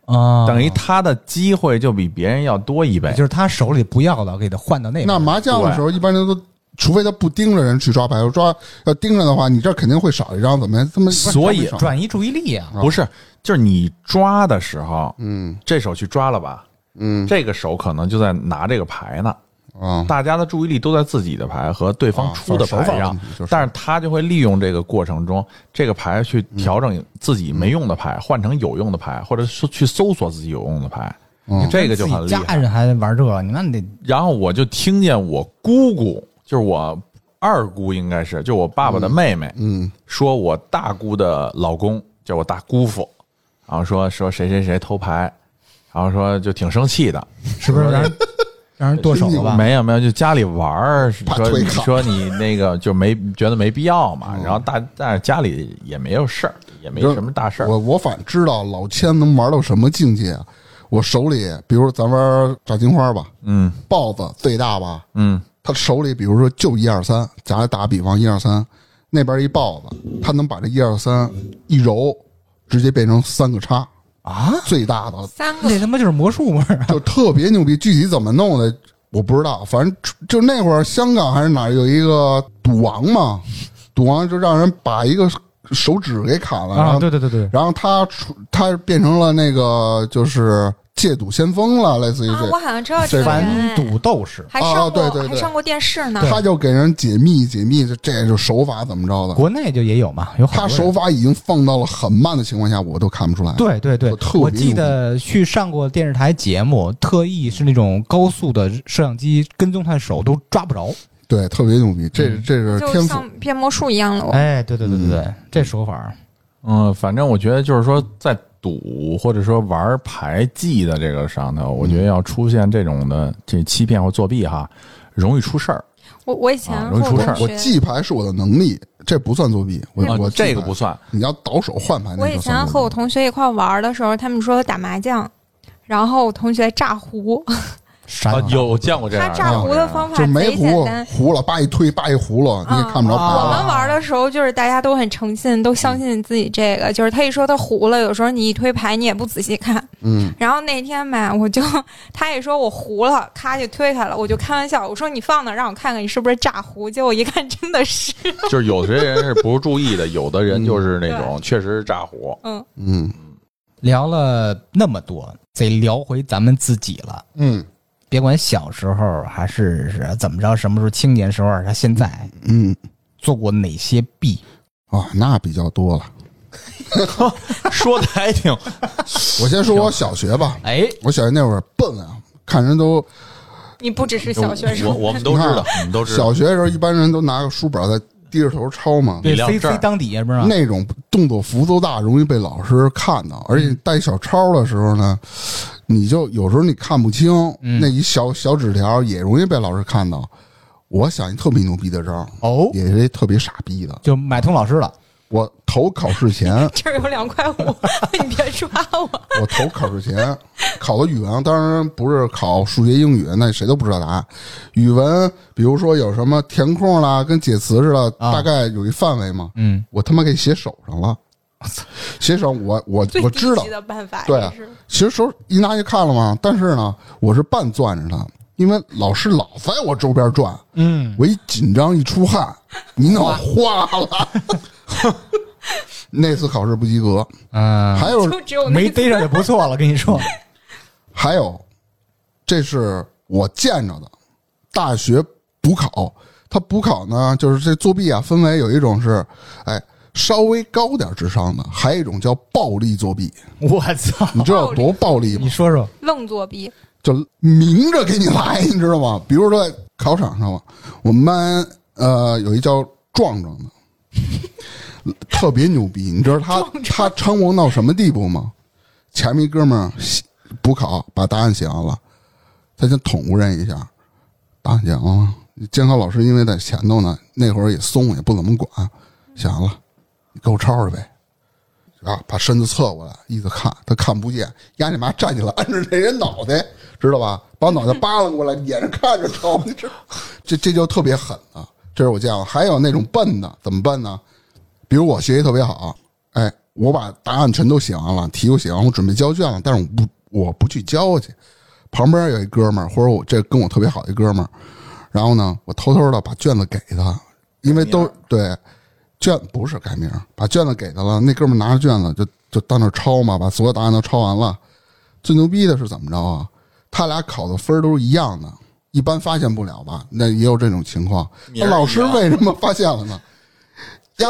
Speaker 1: 啊，
Speaker 5: 等于他的机会就比别人要多一倍。
Speaker 1: 就是他手里不要的，给他换到那边
Speaker 2: 那麻将的时候，一般人都，除非他不盯着人去抓牌，要抓要盯着的话，你这儿肯定会少一张，怎么这么？
Speaker 5: 所以
Speaker 2: 不是
Speaker 1: 转移注意力啊。
Speaker 5: 不是，就是你抓的时候，
Speaker 2: 嗯
Speaker 5: 这手去抓了吧，
Speaker 2: 嗯
Speaker 5: 这个手可能就在拿这个牌呢，
Speaker 2: 啊，
Speaker 5: 大家的注意力都在自己的牌和对方出的
Speaker 2: 啊手法
Speaker 5: 牌上
Speaker 2: 问题就是，
Speaker 5: 但是他就会利用这个过程中，这个牌去调整自己没用的
Speaker 2: 嗯
Speaker 5: 牌，换成有用的牌，或者说去搜索自己有用的牌，
Speaker 1: 嗯
Speaker 5: 这个就很
Speaker 1: 自
Speaker 5: 厉
Speaker 1: 己
Speaker 5: 害。
Speaker 1: 家人还玩这，你那你得
Speaker 5: 然后我就听见我姑姑，就是我二姑，应该是就我爸爸的妹妹，
Speaker 2: 嗯，
Speaker 5: 说我大姑的老公，就是我大姑父，然后说说谁谁谁偷牌，然后说就挺生气的，
Speaker 1: 是不是让人让人剁手了吧？
Speaker 5: 没有没有，就家里玩儿，
Speaker 2: 怕
Speaker 5: 说
Speaker 2: 退
Speaker 5: 你
Speaker 2: 卡
Speaker 5: 说你那个就没觉得没必要
Speaker 2: 嗯
Speaker 5: 嘛，然后大但是家里也没有事儿，也没什么大事儿，
Speaker 2: 我我反知道老千能玩到什么境界啊！我手里，比如咱玩炸金花吧，
Speaker 5: 嗯
Speaker 2: 豹子最大吧，
Speaker 5: 嗯，
Speaker 2: 他手里比如说就一二三，咱打比方一二三，那边一豹子，他能把这一二三一揉，直接变成三个叉
Speaker 1: 啊，
Speaker 2: 最大的
Speaker 4: 三个
Speaker 1: 那他妈就是魔术味 (laughs) 儿。
Speaker 2: 就特别牛逼。具体怎么弄的我不知道，反正就那会儿香港还是哪儿有一个赌王嘛，赌王就让人把一个手指给砍了，然后
Speaker 1: 啊对对对对，
Speaker 2: 然后他出他变成了那个就是戒赌先锋了，类似于
Speaker 4: 啊，
Speaker 2: 这
Speaker 4: 我好像知道这
Speaker 2: 这
Speaker 4: 个
Speaker 1: 反
Speaker 4: 人哎，
Speaker 1: 赌斗士，
Speaker 4: 还上
Speaker 2: 哦对
Speaker 4: 过
Speaker 2: 对对
Speaker 4: 还上过电视呢。
Speaker 2: 他就给人解密解密，这这就手法怎么着的，
Speaker 1: 国内就也有嘛，有好多
Speaker 2: 他
Speaker 1: 人
Speaker 2: 啊手法已经放到了很慢的情况下，我都看不出来。
Speaker 1: 对对对
Speaker 2: 我，特别
Speaker 1: 我记得去上过电视台节目，特意是那种高速的摄像机跟踪他的手都抓不着。
Speaker 2: 对，特别牛逼，这
Speaker 1: 嗯
Speaker 2: 这是
Speaker 4: 就
Speaker 2: 天赋。
Speaker 4: 像变魔术一样
Speaker 2: 哦
Speaker 4: 了，
Speaker 1: 哎，对对对对对，这手法儿
Speaker 5: 嗯，反正我觉得就是说，在赌或者说玩牌技的这个上
Speaker 2: 嗯
Speaker 5: 头，我觉得要出现这种的这欺骗或作弊哈，容易出事儿
Speaker 4: 我我以前
Speaker 5: 啊
Speaker 4: 和
Speaker 5: 容易出事儿
Speaker 2: 我
Speaker 4: 同学，嗯
Speaker 2: 记牌是我的能力，这不算作弊。我、
Speaker 5: 啊
Speaker 2: 我，记牌
Speaker 5: 这个不。算。
Speaker 2: 你要倒手换牌，
Speaker 4: 我
Speaker 2: 那
Speaker 4: 以
Speaker 2: 就
Speaker 4: 前
Speaker 2: 算
Speaker 4: 和我
Speaker 2: 作弊。
Speaker 4: 同学一块玩的时候，他们说打麻将，然后我同学炸胡，
Speaker 1: 啥
Speaker 5: 啊
Speaker 1: 都，打
Speaker 5: 有见过这
Speaker 4: 他
Speaker 5: 样，啊
Speaker 4: 炸胡的方法
Speaker 2: 就没葫
Speaker 4: 贼简
Speaker 2: 芦
Speaker 4: 单。啊
Speaker 2: 葫芦，叭一推，叭一葫芦，你也看不着牌
Speaker 4: 我
Speaker 2: 了。
Speaker 4: 们玩的时候，就是大家都很诚信，都相信自己这个。就是他一说他胡了，有时候你一推牌，你也不仔细看。
Speaker 2: 嗯，
Speaker 4: 然后那天吧，我就他也说我胡了，咔就推开了，我就开玩笑，我说你放那儿让我看看你是不是炸胡。结果一看真的是，
Speaker 5: (laughs) 就是有些人是不注意的，有的人就是那种确实是炸胡。
Speaker 4: 嗯，
Speaker 2: 嗯
Speaker 1: 聊了那么多，得聊回咱们自己了。
Speaker 2: 嗯
Speaker 1: 别管小时候还是是怎么着，什么时候青年时候，还是现在
Speaker 2: 嗯
Speaker 1: 做过哪些弊？
Speaker 2: 啊，那比较多了。
Speaker 5: 说的还挺，
Speaker 2: 我先说我小学吧，
Speaker 1: (laughs) 哎，
Speaker 2: 我小学那会儿笨啊，看人都
Speaker 4: 你不只是小学 (laughs)
Speaker 5: 我
Speaker 4: 生，，
Speaker 5: 我们都知
Speaker 2: (laughs)
Speaker 5: 道，我们都知道
Speaker 2: 小。学的时候，一般人都拿个书本在低着头抄嘛。
Speaker 1: 对
Speaker 5: 你聊
Speaker 1: ，C
Speaker 5: 这儿
Speaker 1: C 当底下不是吗？
Speaker 2: 那种动作幅度大，容易被老师看到，而且
Speaker 1: 嗯
Speaker 2: 带小抄的时候呢，你就有时候你看不清，
Speaker 1: 嗯
Speaker 2: 那一小小纸条也容易被老师看到。我想一特别牛逼的招儿，
Speaker 1: 哦，
Speaker 2: 也是一特别傻逼的， (laughs)
Speaker 1: 就买通老师了。
Speaker 2: 我投考试前
Speaker 4: 这儿有两块五，你别抓我。
Speaker 2: 我投考试前考的语文，当然不是考数学、英语，那谁都不知道答案。语文，比如说有什么填空啦，跟解词似的，
Speaker 1: 啊
Speaker 2: 大概有一范围嘛。
Speaker 1: 嗯，
Speaker 2: 我他妈给写手
Speaker 1: (laughs)
Speaker 2: 上了，写手我我
Speaker 4: 最
Speaker 2: 我
Speaker 4: 低
Speaker 2: 知道
Speaker 4: 级，的办法，
Speaker 2: 对啊
Speaker 4: 也是
Speaker 2: 其实手一拿就看了嘛，但是呢，我是半攥着它，因为老师老在我周边转，
Speaker 1: 嗯，
Speaker 2: 我一紧张一出汗，你脑花了。
Speaker 1: (laughs)
Speaker 2: (laughs) 那次考试不及格，
Speaker 1: 嗯，
Speaker 2: 还有
Speaker 4: 就只有那
Speaker 1: 没
Speaker 4: 次
Speaker 1: 逮上
Speaker 4: (laughs)
Speaker 1: 就不错了，跟你
Speaker 2: (laughs)
Speaker 1: 说，
Speaker 2: 还有，这是我见着的，大学补考，它补考呢，就是这作弊啊，分为有一种是，哎，稍微高点智商的，还有一种叫暴力作弊，
Speaker 1: 我操，
Speaker 2: 你知道有多暴力吗
Speaker 1: 你？说说，
Speaker 4: 愣作弊，
Speaker 2: 就明着给你来，你知道吗？ (laughs) 比如说在考场上嘛，啊我们班呃有一叫壮壮的， (laughs) 特别牛逼。你知道他他猖狂到什么地步吗？前面一哥们儿写补考把答案写完了，他先捅咕人一下，答案写完了。监考老师因为在前头呢，那会儿也松，也不怎么管，写完了，你给我抄着呗。啊，把身子侧过来，一直看，他看不见，丫你妈站起来，按着那人脑袋，知道吧？把脑袋扒拉过来，眼睛看着抄，你知道， (laughs) 这这就特别狠啊！这是我见过，还有那种笨的，怎么笨呢？比如我学习特别好，哎，我把答案全都写完了，题都写完了，我准备交卷了，但是我不我不去交去，旁边有一哥们儿，或者我这跟我特别好一哥们儿，然后呢，我偷偷的把卷子给他，因为都对卷不是改名儿，把卷子给他了。那哥们儿拿着卷子就就到那儿抄嘛，把所有答案都抄完了。最牛逼的是怎么着啊？他俩考的分儿都是一样的，一般发现不了吧？那也有这种情况。
Speaker 5: 名
Speaker 2: 那
Speaker 5: 儿
Speaker 2: 老师
Speaker 5: 一样
Speaker 2: 为什么发现了呢？丫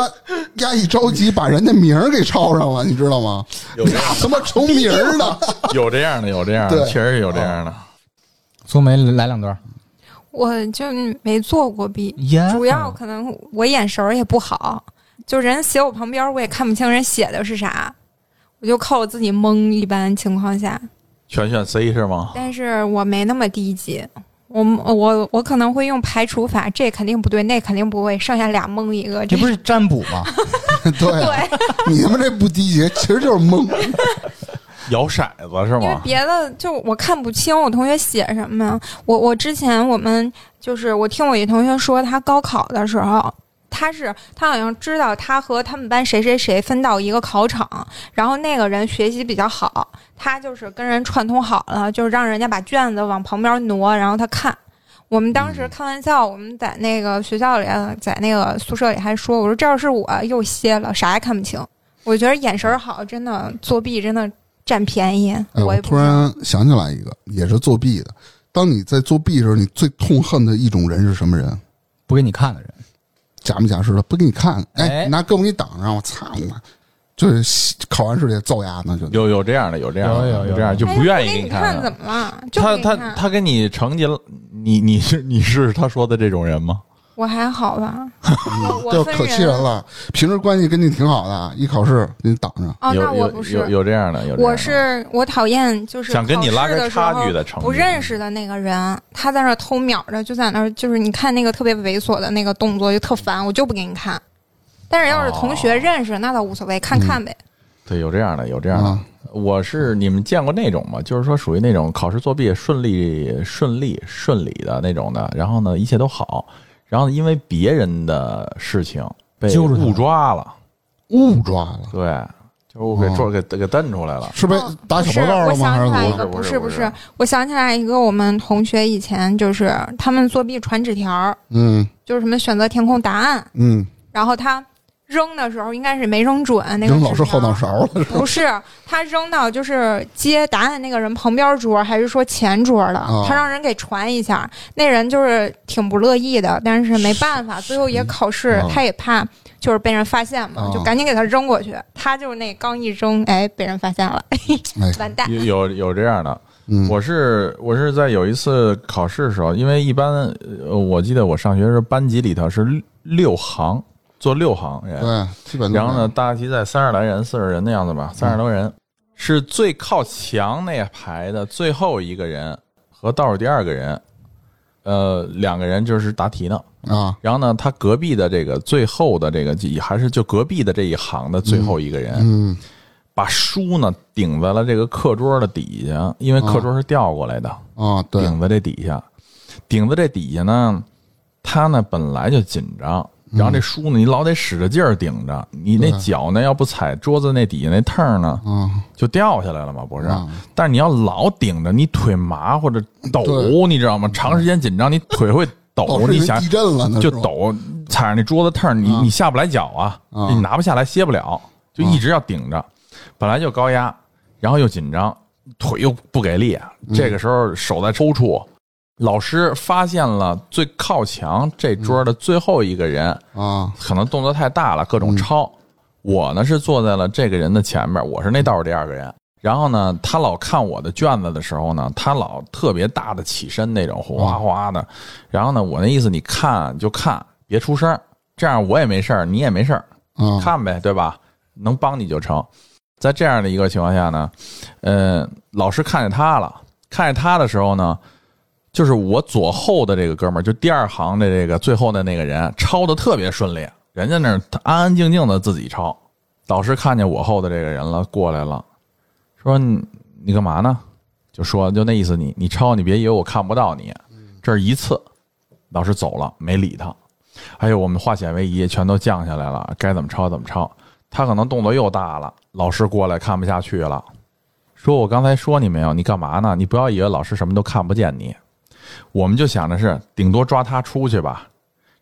Speaker 2: 丫一着急，把人家名儿给抄上了，你知道吗？
Speaker 5: 有这样
Speaker 2: 他妈重名儿
Speaker 5: (laughs)
Speaker 2: 呢！ (laughs)
Speaker 5: 有这样的，有这样的，
Speaker 2: 对
Speaker 5: 确实有这样的。
Speaker 1: 苏梅来两段，
Speaker 4: 我就没做过弊，
Speaker 1: 呀
Speaker 4: 主要可能我眼神儿也不好，就人写我旁边，我也看不清人写的是啥，我就靠我自己蒙。一般情况下，
Speaker 5: 全选 C 是吗？
Speaker 4: 但是我没那么低级，我我我可能会用排除法，这肯定不对，那肯定不会，剩下俩蒙一个，
Speaker 1: 这
Speaker 4: 这
Speaker 1: 不是占卜吗？
Speaker 2: 对啊，
Speaker 4: (laughs)
Speaker 2: 你他妈这不低级，其实就是蒙。
Speaker 5: 摇骰子是
Speaker 4: 因为
Speaker 5: 吗？
Speaker 4: 别的就我看不清我同学写什么呀。我我之前我们就是我听我一同学说，他高考的时候，他是他好像知道他和他们班谁谁谁分到一个考场，然后那个人学习比较好，他就是跟人串通好了，就是让人家把卷子往旁边挪，然后他看。我们当时开玩笑，我们在那个学校里，在那个宿舍里还说，我说这要是我又歇了，啥也看不清。我觉得眼神好，真的作弊真的占便宜。
Speaker 2: 哎，
Speaker 4: 我
Speaker 2: 我
Speaker 4: 也不
Speaker 2: 突然想起来一个，也是作弊的。当你在作弊的时候，你最痛恨的一种人是什么人？
Speaker 1: (laughs) 不给你看的人，
Speaker 2: 假模假式的不给你看，
Speaker 1: 哎
Speaker 2: 哎，拿胳膊给你挡上，我操你妈！就是考完试得揍丫呢，就
Speaker 5: 有有这样的，有这样
Speaker 1: 有有
Speaker 5: 的，
Speaker 1: 有
Speaker 5: 这样就
Speaker 4: 哎
Speaker 5: 不愿意
Speaker 4: 给
Speaker 5: 你
Speaker 4: 看，
Speaker 5: 的
Speaker 4: 怎。么了？就
Speaker 5: 他
Speaker 4: 给你
Speaker 5: 他
Speaker 4: 看
Speaker 5: 他跟你成绩了，你你是你是他说的这种人吗？
Speaker 4: 我还好吧？哦我
Speaker 2: 就 (laughs)
Speaker 4: 我分
Speaker 2: 可气人了。平时关系跟你挺好的，一考试给你挡上，
Speaker 4: 哦，
Speaker 5: 有
Speaker 4: 那我
Speaker 5: 有
Speaker 4: 不
Speaker 5: 有
Speaker 4: 是，
Speaker 5: 有这样的，有这样的
Speaker 4: 我是我讨厌就是
Speaker 5: 想跟你拉
Speaker 4: 考试
Speaker 5: 开
Speaker 4: 的时
Speaker 5: 差距
Speaker 4: 候
Speaker 5: 的成绩，
Speaker 4: 不认识的那个人，他在那儿偷瞄着，就在那儿就是你看那个特别猥琐的那个动作就特烦，我就不给你看。但是要是同学
Speaker 5: 哦
Speaker 4: 认识，那倒无所谓，看看呗。
Speaker 5: 对，有这样的，有这样的。
Speaker 1: 啊
Speaker 2: 嗯
Speaker 5: 我是你们见过那种吗？就是说属于那种考试作弊顺利、顺利、顺利的那种的，然后呢一切都好，然后因为别人的事情被
Speaker 1: 揪住他了
Speaker 5: 误抓了，
Speaker 2: 误抓了，
Speaker 5: 对，就是我给
Speaker 2: 哦
Speaker 5: 抓、给给蹬出来了。
Speaker 2: 是被
Speaker 4: 哦
Speaker 2: 打小报告
Speaker 4: 不
Speaker 2: 了
Speaker 4: 是
Speaker 2: 吗？还
Speaker 4: 我想
Speaker 2: 是怎
Speaker 4: 起来
Speaker 2: 么
Speaker 4: 一
Speaker 2: 着？
Speaker 4: 个，
Speaker 5: 不
Speaker 4: 不
Speaker 5: 是
Speaker 4: 不
Speaker 5: 不是
Speaker 4: 是，我想起来一个，我们同学以前就是他们作弊传纸条儿，
Speaker 2: 嗯
Speaker 4: 就是什么选择填空答案，
Speaker 2: 嗯，
Speaker 4: 然后他扔的时候应该是没扔准，那个
Speaker 2: 扔老师
Speaker 4: 纸条
Speaker 2: 后脑勺了，是吧
Speaker 4: 不是他扔到就是接答案那个人旁边桌，还是说前桌的？
Speaker 2: 哦
Speaker 4: 他让人给传一下，那人就是挺不乐意的，但是没办法，最后也考试，
Speaker 2: 哦
Speaker 4: 他也怕就是被人发现嘛，
Speaker 2: 哦
Speaker 4: 就赶紧给他扔过去。他就那刚一扔，哎，被人发现了，
Speaker 2: 哎，
Speaker 4: 完 (laughs) 蛋。
Speaker 5: 有有有这样的，
Speaker 2: 嗯，
Speaker 5: 我是我是在有一次考试的时候，因为一般呃我记得我上学时候班级里头是六六行，做六行人，
Speaker 2: 对，基本都
Speaker 5: 然后呢，大题在三十来人、四十人的样子吧，三十多
Speaker 2: 嗯
Speaker 5: 人，是最靠墙那排的最后一个人和倒数第二个人，呃，两个人就是答题呢。
Speaker 2: 啊，
Speaker 5: 然后呢，他隔壁的这个最后的这个也还是就隔壁的这一行的最后一个人，
Speaker 2: 嗯
Speaker 5: 把书呢顶在了这个课桌的底下，因为课桌是调过来的，
Speaker 2: 啊，对，
Speaker 5: 顶在这底下，顶在这底下呢，他呢本来就紧张，然后
Speaker 2: 嗯
Speaker 5: 这书呢你老得使着劲儿顶着，你那脚呢要不踩桌子那底下那趟儿呢
Speaker 2: 嗯，
Speaker 5: 就掉下来了嘛，不是
Speaker 2: 嗯？
Speaker 5: 但是你要老顶着，你腿麻或者抖，
Speaker 2: 对
Speaker 5: 你知道吗？长时间紧张，你腿会
Speaker 2: (laughs) 哦
Speaker 5: 抖，
Speaker 2: 是
Speaker 5: 你
Speaker 2: 因为
Speaker 5: 想
Speaker 2: 地震了呢，
Speaker 5: 就是
Speaker 2: 吧，
Speaker 5: 抖，踩着那桌子趟，你
Speaker 2: 啊
Speaker 5: 你下不来脚啊，
Speaker 2: 啊
Speaker 5: 你拿不下来，歇不了，就一直要顶着。本来就高压，然后又紧张，腿又不给力，啊这个时候手在抽搐。老师发现了最靠墙这桌的最后一个人，
Speaker 2: 啊，
Speaker 5: 可能动作太大了，各种抄。我呢是坐在了这个人的前面，我是那道儿第二个人。然后呢，他老看我的卷子的时候呢，他老特别大的起身那种，哗哗的。然后呢，我那意思你看就看，别出声儿，这样我也没事儿，你也没事儿，
Speaker 2: 啊，
Speaker 5: 看呗，对吧？能帮你就成。在这样的一个情况下呢，呃，老师看见他了，看见他的时候呢，就是我左后的这个哥们儿，就第二行的这个最后的那个人，抄的特别顺利，人家那儿安安静静的自己抄。老师看见我后的这个人了，过来了，说你你干嘛呢？就说就那意思你，你抄，你别以为我看不到你，这是一次。老师走了，没理他。哎呦，我们化险为夷，全都降下来了，该怎么抄怎么抄。他可能动作又大了，老师过来看不下去了，说我刚才说你没有，你干嘛呢？你不要以为老师什么都看不见你。我们就想着是顶多抓他出去吧。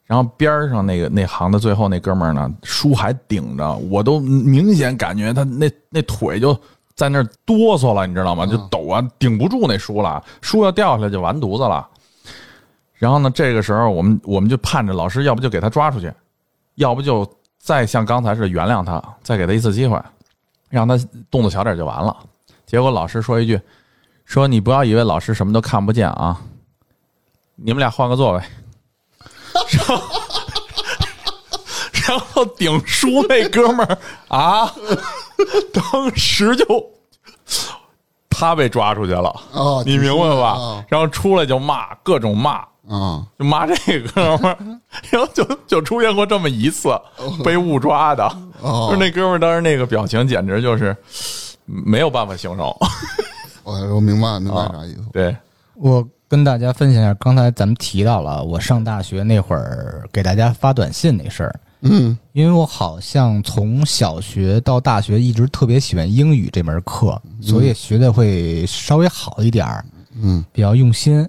Speaker 5: 然后边儿上那个那行的最后那哥们儿呢，书还顶着，我都明显感觉他那那腿就在那儿哆嗦了，你知道吗？就抖啊，顶不住那书了，书要掉下来就完犊子了。然后呢，这个时候我们我们就盼着老师，要不就给他抓出去，要不就再像刚才似的原谅他，再给他一次机会，让他动作小点就完了。结果老师说一句：“说你不要以为老师什么都看不见啊，你们俩换个座位。” (laughs) 然后，然后顶书那哥们儿啊，当时就他被抓出去了，
Speaker 2: 哦
Speaker 5: 你明白吧？
Speaker 2: 哦
Speaker 5: 然后出来就骂，各种骂，
Speaker 2: 啊，
Speaker 5: 就骂
Speaker 1: (laughs)
Speaker 5: 这个哥们儿，然后就就出现过这么一次被误抓的，
Speaker 2: 哦
Speaker 5: 就是那哥们儿当时那个表情简直就是没有办法形容。
Speaker 1: 哦
Speaker 2: 我我明白明
Speaker 5: 啊
Speaker 2: 白啥意思，
Speaker 5: 对，
Speaker 1: 我跟大家分享一下，刚才咱们提到了我上大学那会儿给大家发短信那事儿，
Speaker 2: 嗯
Speaker 1: 因为我好像从小学到大学一直特别喜欢英语这门课，所以学的会稍微好一点儿，
Speaker 2: 嗯
Speaker 1: 比较用心。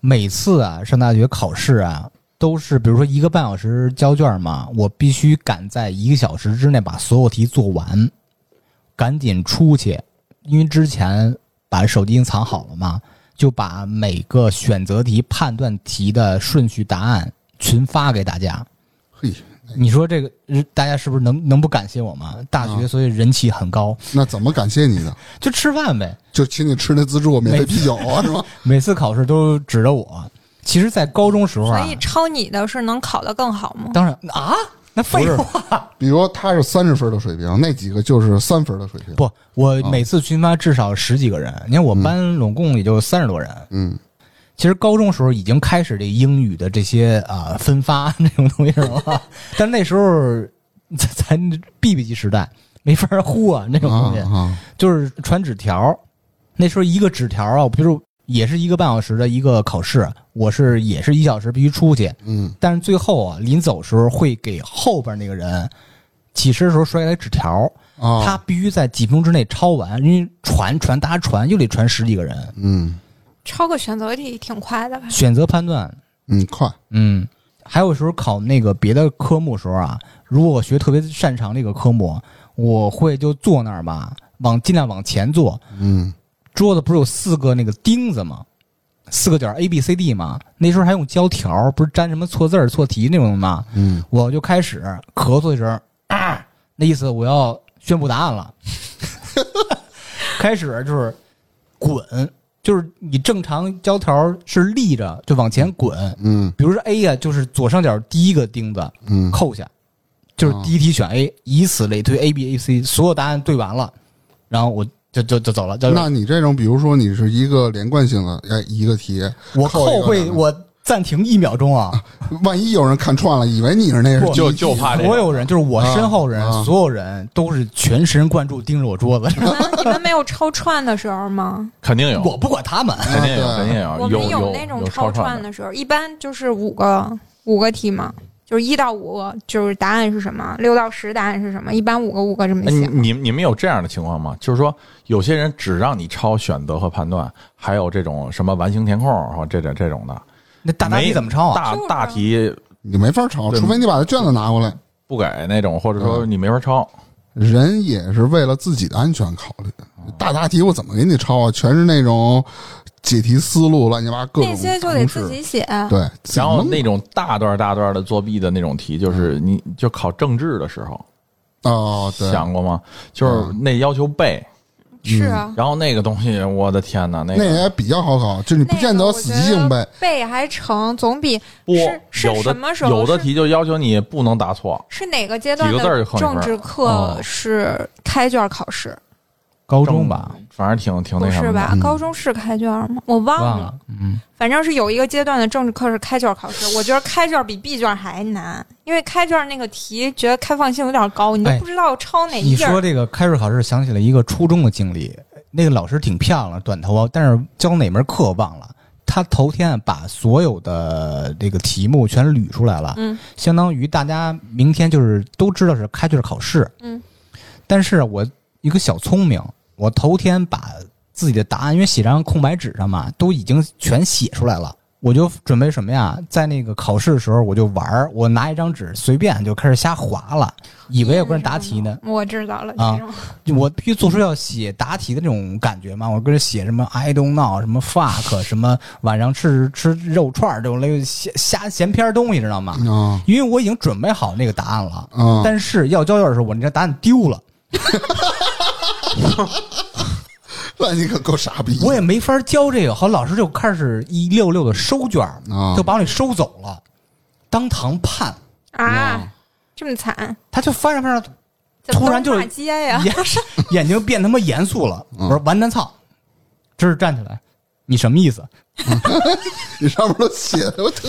Speaker 1: 每次啊上大学考试啊，都是比如说一个半小时交卷嘛，我必须赶在一个小时之内把所有题做完，赶紧出去，因为之前把手机已经藏好了嘛，就把每个选择题、判断题的顺序、答案群发给大家。
Speaker 2: 嘿，
Speaker 1: 你说这个人大家是不是能能不感谢我吗？大学所以人气很高，
Speaker 2: 那怎么感谢你呢？
Speaker 1: 就吃饭呗。
Speaker 2: 就请你吃那自助免费啤酒啊，是吧？
Speaker 1: 每次考试都指着我。其实，在高中时候
Speaker 4: 所
Speaker 1: 啊，
Speaker 4: 以抄你的是能考得更好吗？
Speaker 1: 当然啊，那废话
Speaker 2: 比如他是三十分的水平，那几个就是三分的水平。
Speaker 1: 不，我每次群发至少十几个人。你看我班拢共也就三十多人。
Speaker 2: 嗯，
Speaker 1: 其实高中时候已经开始这英语的这些啊、分发这种东西了
Speaker 2: (laughs)
Speaker 1: 吧，但那时候咱咱 B B 级时代没法呼啊那种
Speaker 2: 啊
Speaker 1: 东西。
Speaker 2: 啊，
Speaker 1: 就是传纸条儿。那时候一个纸条儿啊，比如也是一个半小时的一个考试，我是也是一小时必须出去，
Speaker 2: 嗯
Speaker 1: 但是最后啊，临走时候会给后边那个人起身的时候摔下来纸条儿，
Speaker 2: 啊，
Speaker 1: 他必须在几分钟之内抄完，因为传传大家传又得传十几个人，
Speaker 2: 嗯
Speaker 4: 抄个选择题挺快
Speaker 2: (laughs)
Speaker 4: 的吧？
Speaker 1: 选择判断，
Speaker 2: 嗯，快
Speaker 1: 嗯，还有时候考那个别的科目时候啊，如果我学特别擅长这个科目，我会就坐那儿吧，往尽量往前坐，
Speaker 2: 嗯
Speaker 1: 桌子不是有四个那个钉子吗？四个角 A B C D 嘛，那时候还用胶条，不是粘什么错字儿、错题那种吗？
Speaker 2: 嗯，
Speaker 1: 我就开始咳嗽一声，啊 (clears throat) 那意思我要宣布答案了。 (laughs) 开始就是滚，就是你正常胶条是立着就往前滚，
Speaker 2: 嗯
Speaker 1: 比如说 A 呀、就是左上角第一个钉子
Speaker 2: 嗯哦
Speaker 1: 扣下，就是第一题选 A，以此类推 A B A C，所有答案对完了，然后我就就就走了。就
Speaker 2: 那你这种，比如说你是一个连贯性的，哎，一个题，
Speaker 1: 我
Speaker 2: 扣一
Speaker 1: 扣
Speaker 2: 个
Speaker 1: 会
Speaker 2: 呢
Speaker 1: 我暂停一秒钟啊！
Speaker 2: 万一有人看串了，以为你是那啊个，
Speaker 1: 不
Speaker 5: 就就怕这
Speaker 1: 所
Speaker 5: 个
Speaker 1: 有人，就是我身后人，
Speaker 2: 啊啊
Speaker 1: 所有人都是全神贯注盯着我桌子。
Speaker 4: 你们你们没有超串的时候吗？
Speaker 5: 肯定有，
Speaker 1: 我不管他们，
Speaker 5: 肯定有，
Speaker 2: 啊对
Speaker 5: 肯定
Speaker 4: 我
Speaker 5: 有，
Speaker 4: 们
Speaker 5: 有
Speaker 4: 那种
Speaker 5: 有
Speaker 4: 超
Speaker 5: 超
Speaker 4: 串
Speaker 5: 的。
Speaker 4: 的时候，一般就是五个五个题嘛，就是一到五个，就是答案是什么，六到十答案是什么，一般五个五个这么
Speaker 5: 哎你
Speaker 4: 写。
Speaker 5: 你你们有这样的情况吗？就是说，有些人只让你抄选择和判断，还有这种什么完形填空或者这种这种的，
Speaker 1: 那大答
Speaker 5: 没
Speaker 1: 题怎么抄啊？
Speaker 5: 大
Speaker 4: 就是啊
Speaker 5: 大题
Speaker 2: 你没法抄，
Speaker 5: 对
Speaker 2: 除非你把这卷子拿过来。
Speaker 5: 不给那种，或者说
Speaker 1: 嗯
Speaker 5: 你没法抄。
Speaker 2: 人也是为了自己的安全考虑，
Speaker 1: 哦
Speaker 2: 大答题我怎么给你抄啊？全是那种解题思路乱七八各种
Speaker 4: 那些就得
Speaker 2: 公式
Speaker 4: 自己写，
Speaker 2: 对，怎
Speaker 5: 然
Speaker 2: 么嗯
Speaker 5: 后那种大段大段的作弊的那种题，就是你就考政治的时候
Speaker 2: 哦对，
Speaker 5: 想过吗？就是那要求背，
Speaker 4: 是啊。
Speaker 5: 然后那个东西，我的天哪，那
Speaker 2: 那
Speaker 5: 个
Speaker 2: 也比较好考，就你
Speaker 4: 那
Speaker 2: 不见
Speaker 4: 个
Speaker 2: 得
Speaker 4: 我
Speaker 2: 死
Speaker 4: 觉
Speaker 2: 记硬
Speaker 4: 得
Speaker 2: 背。
Speaker 4: (laughs) 背还成，总比
Speaker 5: 不
Speaker 4: 是是
Speaker 5: 有
Speaker 4: 什
Speaker 5: 的
Speaker 4: 么时候
Speaker 5: 有的
Speaker 4: 是
Speaker 5: 题就要求你不能答错，
Speaker 4: 是哪个阶段
Speaker 5: 几个字儿
Speaker 4: 的
Speaker 5: 就扣你分
Speaker 4: 政治课
Speaker 5: 哦
Speaker 4: 是开卷考试？
Speaker 1: 高
Speaker 5: 中
Speaker 1: 中吧，，
Speaker 5: 反正挺挺
Speaker 4: 不
Speaker 5: 哦那什
Speaker 4: 是
Speaker 5: 么的。
Speaker 4: 吧？高中是开卷吗？我忘
Speaker 1: 忘了。嗯，
Speaker 4: 反正是有一个阶段的政治课是开卷考试，我觉得开卷比 B 卷还难，因为开卷那个题觉得开放性有点高，你都
Speaker 1: 哎
Speaker 4: 不知道抄哪一
Speaker 1: 你
Speaker 4: 页儿。
Speaker 1: 说这个开瑞考试，想起了一个初中的经历。那个老师挺漂亮，短头发，但是教哪门课忘了。他头天把所有的这个题目全捋出来了，
Speaker 4: 嗯，
Speaker 1: 相当于大家明天就是都知道是开卷考试，
Speaker 4: 嗯。
Speaker 1: 但是我一个小聪明，我头天把自己的答案，因为写张空白纸上嘛，都已经全写出来了。我就准备什么呀，在那个考试的时候我就玩儿，我拿一张纸随便就开始瞎划了，以为有个人答题呢。
Speaker 4: 我知道了，
Speaker 1: 啊
Speaker 4: 这种
Speaker 1: 就我必须做出要写答题的那种感觉嘛，我跟着写什么 I don't know，什么 fuck，什么晚上吃吃肉串儿这种类似瞎瞎闲篇儿东西，知道吗？
Speaker 2: 啊
Speaker 1: 因为我已经准备好那个答案了，
Speaker 2: 啊！
Speaker 1: 但是要交卷的时候，我那张答案丢了，
Speaker 2: 那你可够傻逼的。
Speaker 1: 我也没法交这个，好，老师就开始一溜溜的收卷儿，
Speaker 2: 啊
Speaker 1: 就把我给收走了，当堂判，
Speaker 4: 啊，这么惨，
Speaker 1: 他就翻着翻着，
Speaker 4: 怎么
Speaker 1: 突然
Speaker 4: 都
Speaker 1: 就是
Speaker 4: 骂街哎呀？
Speaker 1: 眼 (laughs) 眼睛变他妈严肃了，我说完蛋操，这是站起来，你什么意思？
Speaker 2: 你上面都写的，我
Speaker 1: (laughs)
Speaker 2: 特。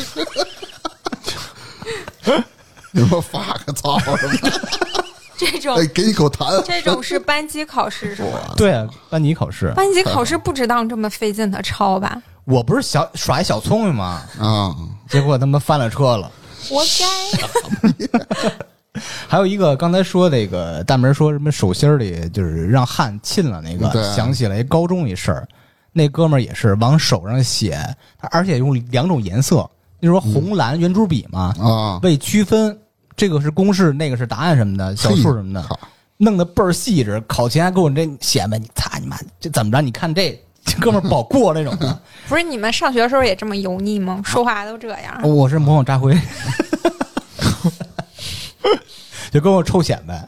Speaker 2: 你说 fuck 操什么的？
Speaker 4: (laughs) 这种
Speaker 2: 哎，给你口痰。
Speaker 4: 这
Speaker 2: (laughs)
Speaker 4: 种是班级考试是吗？
Speaker 1: 对，班级考试，
Speaker 4: 班级考试不值当这么费劲的抄吧？
Speaker 1: 我不是小耍一小聪明吗？
Speaker 2: 啊，
Speaker 1: 结果他妈翻了车了。
Speaker 4: 活该！
Speaker 1: 还有一个刚才说那个大门说什么手心里就是让汗沁了那个，
Speaker 2: 对
Speaker 1: 想起来高中一事儿，那哥们儿也是往手上写，而且用两种颜色，那时候红蓝圆珠笔嘛，
Speaker 2: 啊
Speaker 1: 为区分这个是公式，那个是答案什么的，小数什么的
Speaker 2: 嘿靠，
Speaker 1: 弄得倍儿细致。考前还给我这显摆，你擦你妈，这怎么着？你看这这哥们儿保过那种的，
Speaker 4: (laughs) 不是你们上学的时候也这么油腻吗？说话都这样。
Speaker 1: 哦我是模仿扎
Speaker 2: (laughs)
Speaker 1: 辉，就跟我臭显摆。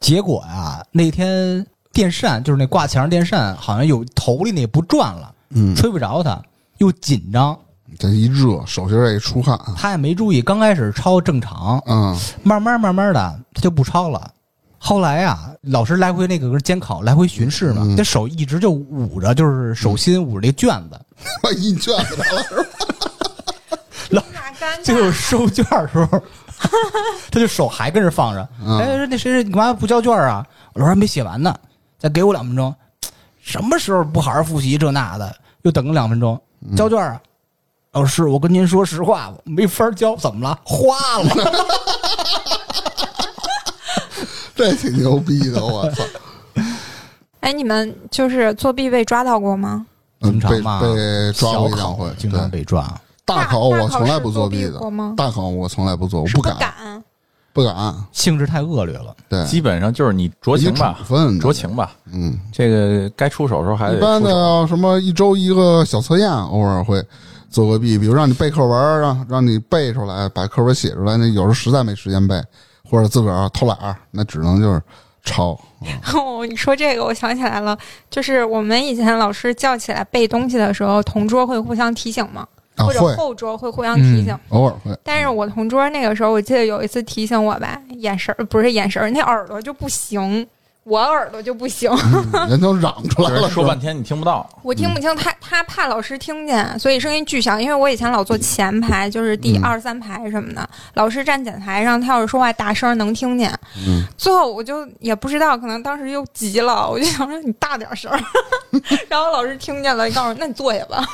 Speaker 1: 结果啊，那天电扇就是那挂墙上电扇，好像有头里那不转了，
Speaker 2: 嗯，
Speaker 1: 吹不着它，又紧张，
Speaker 2: 这一热，手心儿一出汗。
Speaker 1: 他也没注意。刚开始抄正常，
Speaker 2: 嗯， (laughs)
Speaker 1: 慢慢慢慢的他就不抄了。后来啊，老师来回那个监考，来回巡视嘛，
Speaker 2: 嗯
Speaker 1: 这手一直就捂着，就是手心捂着那卷子。
Speaker 2: 把印卷子拿了。
Speaker 4: 那尴
Speaker 1: (laughs)
Speaker 4: 尬
Speaker 1: 最后收卷儿的时候， (laughs) 他就手还跟着放着。
Speaker 2: 嗯
Speaker 1: 哎，说那谁谁，你干嘛不交卷儿啊？我说还没写完呢，再给我两分钟。什么时候不好好复习这那的？又等了两分钟，
Speaker 2: 嗯
Speaker 1: 交卷儿啊！老师，我跟您说实话，没法儿交，怎么了？花了。
Speaker 2: (laughs) 这挺牛逼的，我操！
Speaker 4: 哎，你们就是作弊被抓到过吗？
Speaker 1: (laughs) 经
Speaker 2: 嗯，
Speaker 1: 常
Speaker 2: 被
Speaker 1: 嘛
Speaker 2: 被抓
Speaker 1: 小
Speaker 2: 过一两回
Speaker 1: 考，经常
Speaker 2: 对
Speaker 1: 被抓。
Speaker 2: 大考
Speaker 4: 大
Speaker 2: 我
Speaker 4: 考
Speaker 2: 从来
Speaker 4: 试
Speaker 2: 不
Speaker 4: 作
Speaker 2: 作弊
Speaker 4: 过
Speaker 2: 的，
Speaker 4: 吗？
Speaker 2: 大考我从来不做，我
Speaker 4: 是不
Speaker 2: 敢，
Speaker 4: 敢。 (laughs)
Speaker 2: 不敢。
Speaker 1: 性质太恶劣了，
Speaker 2: 对，
Speaker 5: 基本上就是你酌情吧
Speaker 2: 一处，分的
Speaker 5: 酌。情吧，
Speaker 2: 嗯，
Speaker 5: 这个该出手的时候还得
Speaker 2: 一般
Speaker 5: 出
Speaker 2: 的
Speaker 5: 手。
Speaker 2: 要什么一周一个小测验，偶尔会做个弊，比如让你背课文儿，让让你背出来，把课文写出来。那有时候实在没时间背，或者自个儿偷懒儿，那只能就是抄。
Speaker 4: 哦，你说这个，我想起来了，就是我们以前老师叫起来背东西的时候，同桌会互相提醒嘛，
Speaker 2: 啊，
Speaker 4: 或者
Speaker 2: 会
Speaker 4: 后桌会互相提醒。
Speaker 2: 偶尔
Speaker 4: (laughs)
Speaker 2: 会。
Speaker 4: 但是我同桌那个时候，我记得有一次提醒我吧，眼神儿不是眼神儿，那耳朵就不行。我耳朵就不行， (laughs)
Speaker 2: 人都嚷出来
Speaker 5: 就是
Speaker 2: 了，
Speaker 5: 说半天你听不到，
Speaker 4: 我听不清，他他怕老师听见，所以声音巨响。因为我以前老坐前排，就是第
Speaker 2: 嗯
Speaker 4: 二三排什么的，老师站讲台上，他要是说话大声能听见。
Speaker 2: 嗯
Speaker 4: 最后我就也不知道，可能当时又急了，我就想说你大点声儿， (laughs) 然后老师听见了，告诉我那你坐下吧。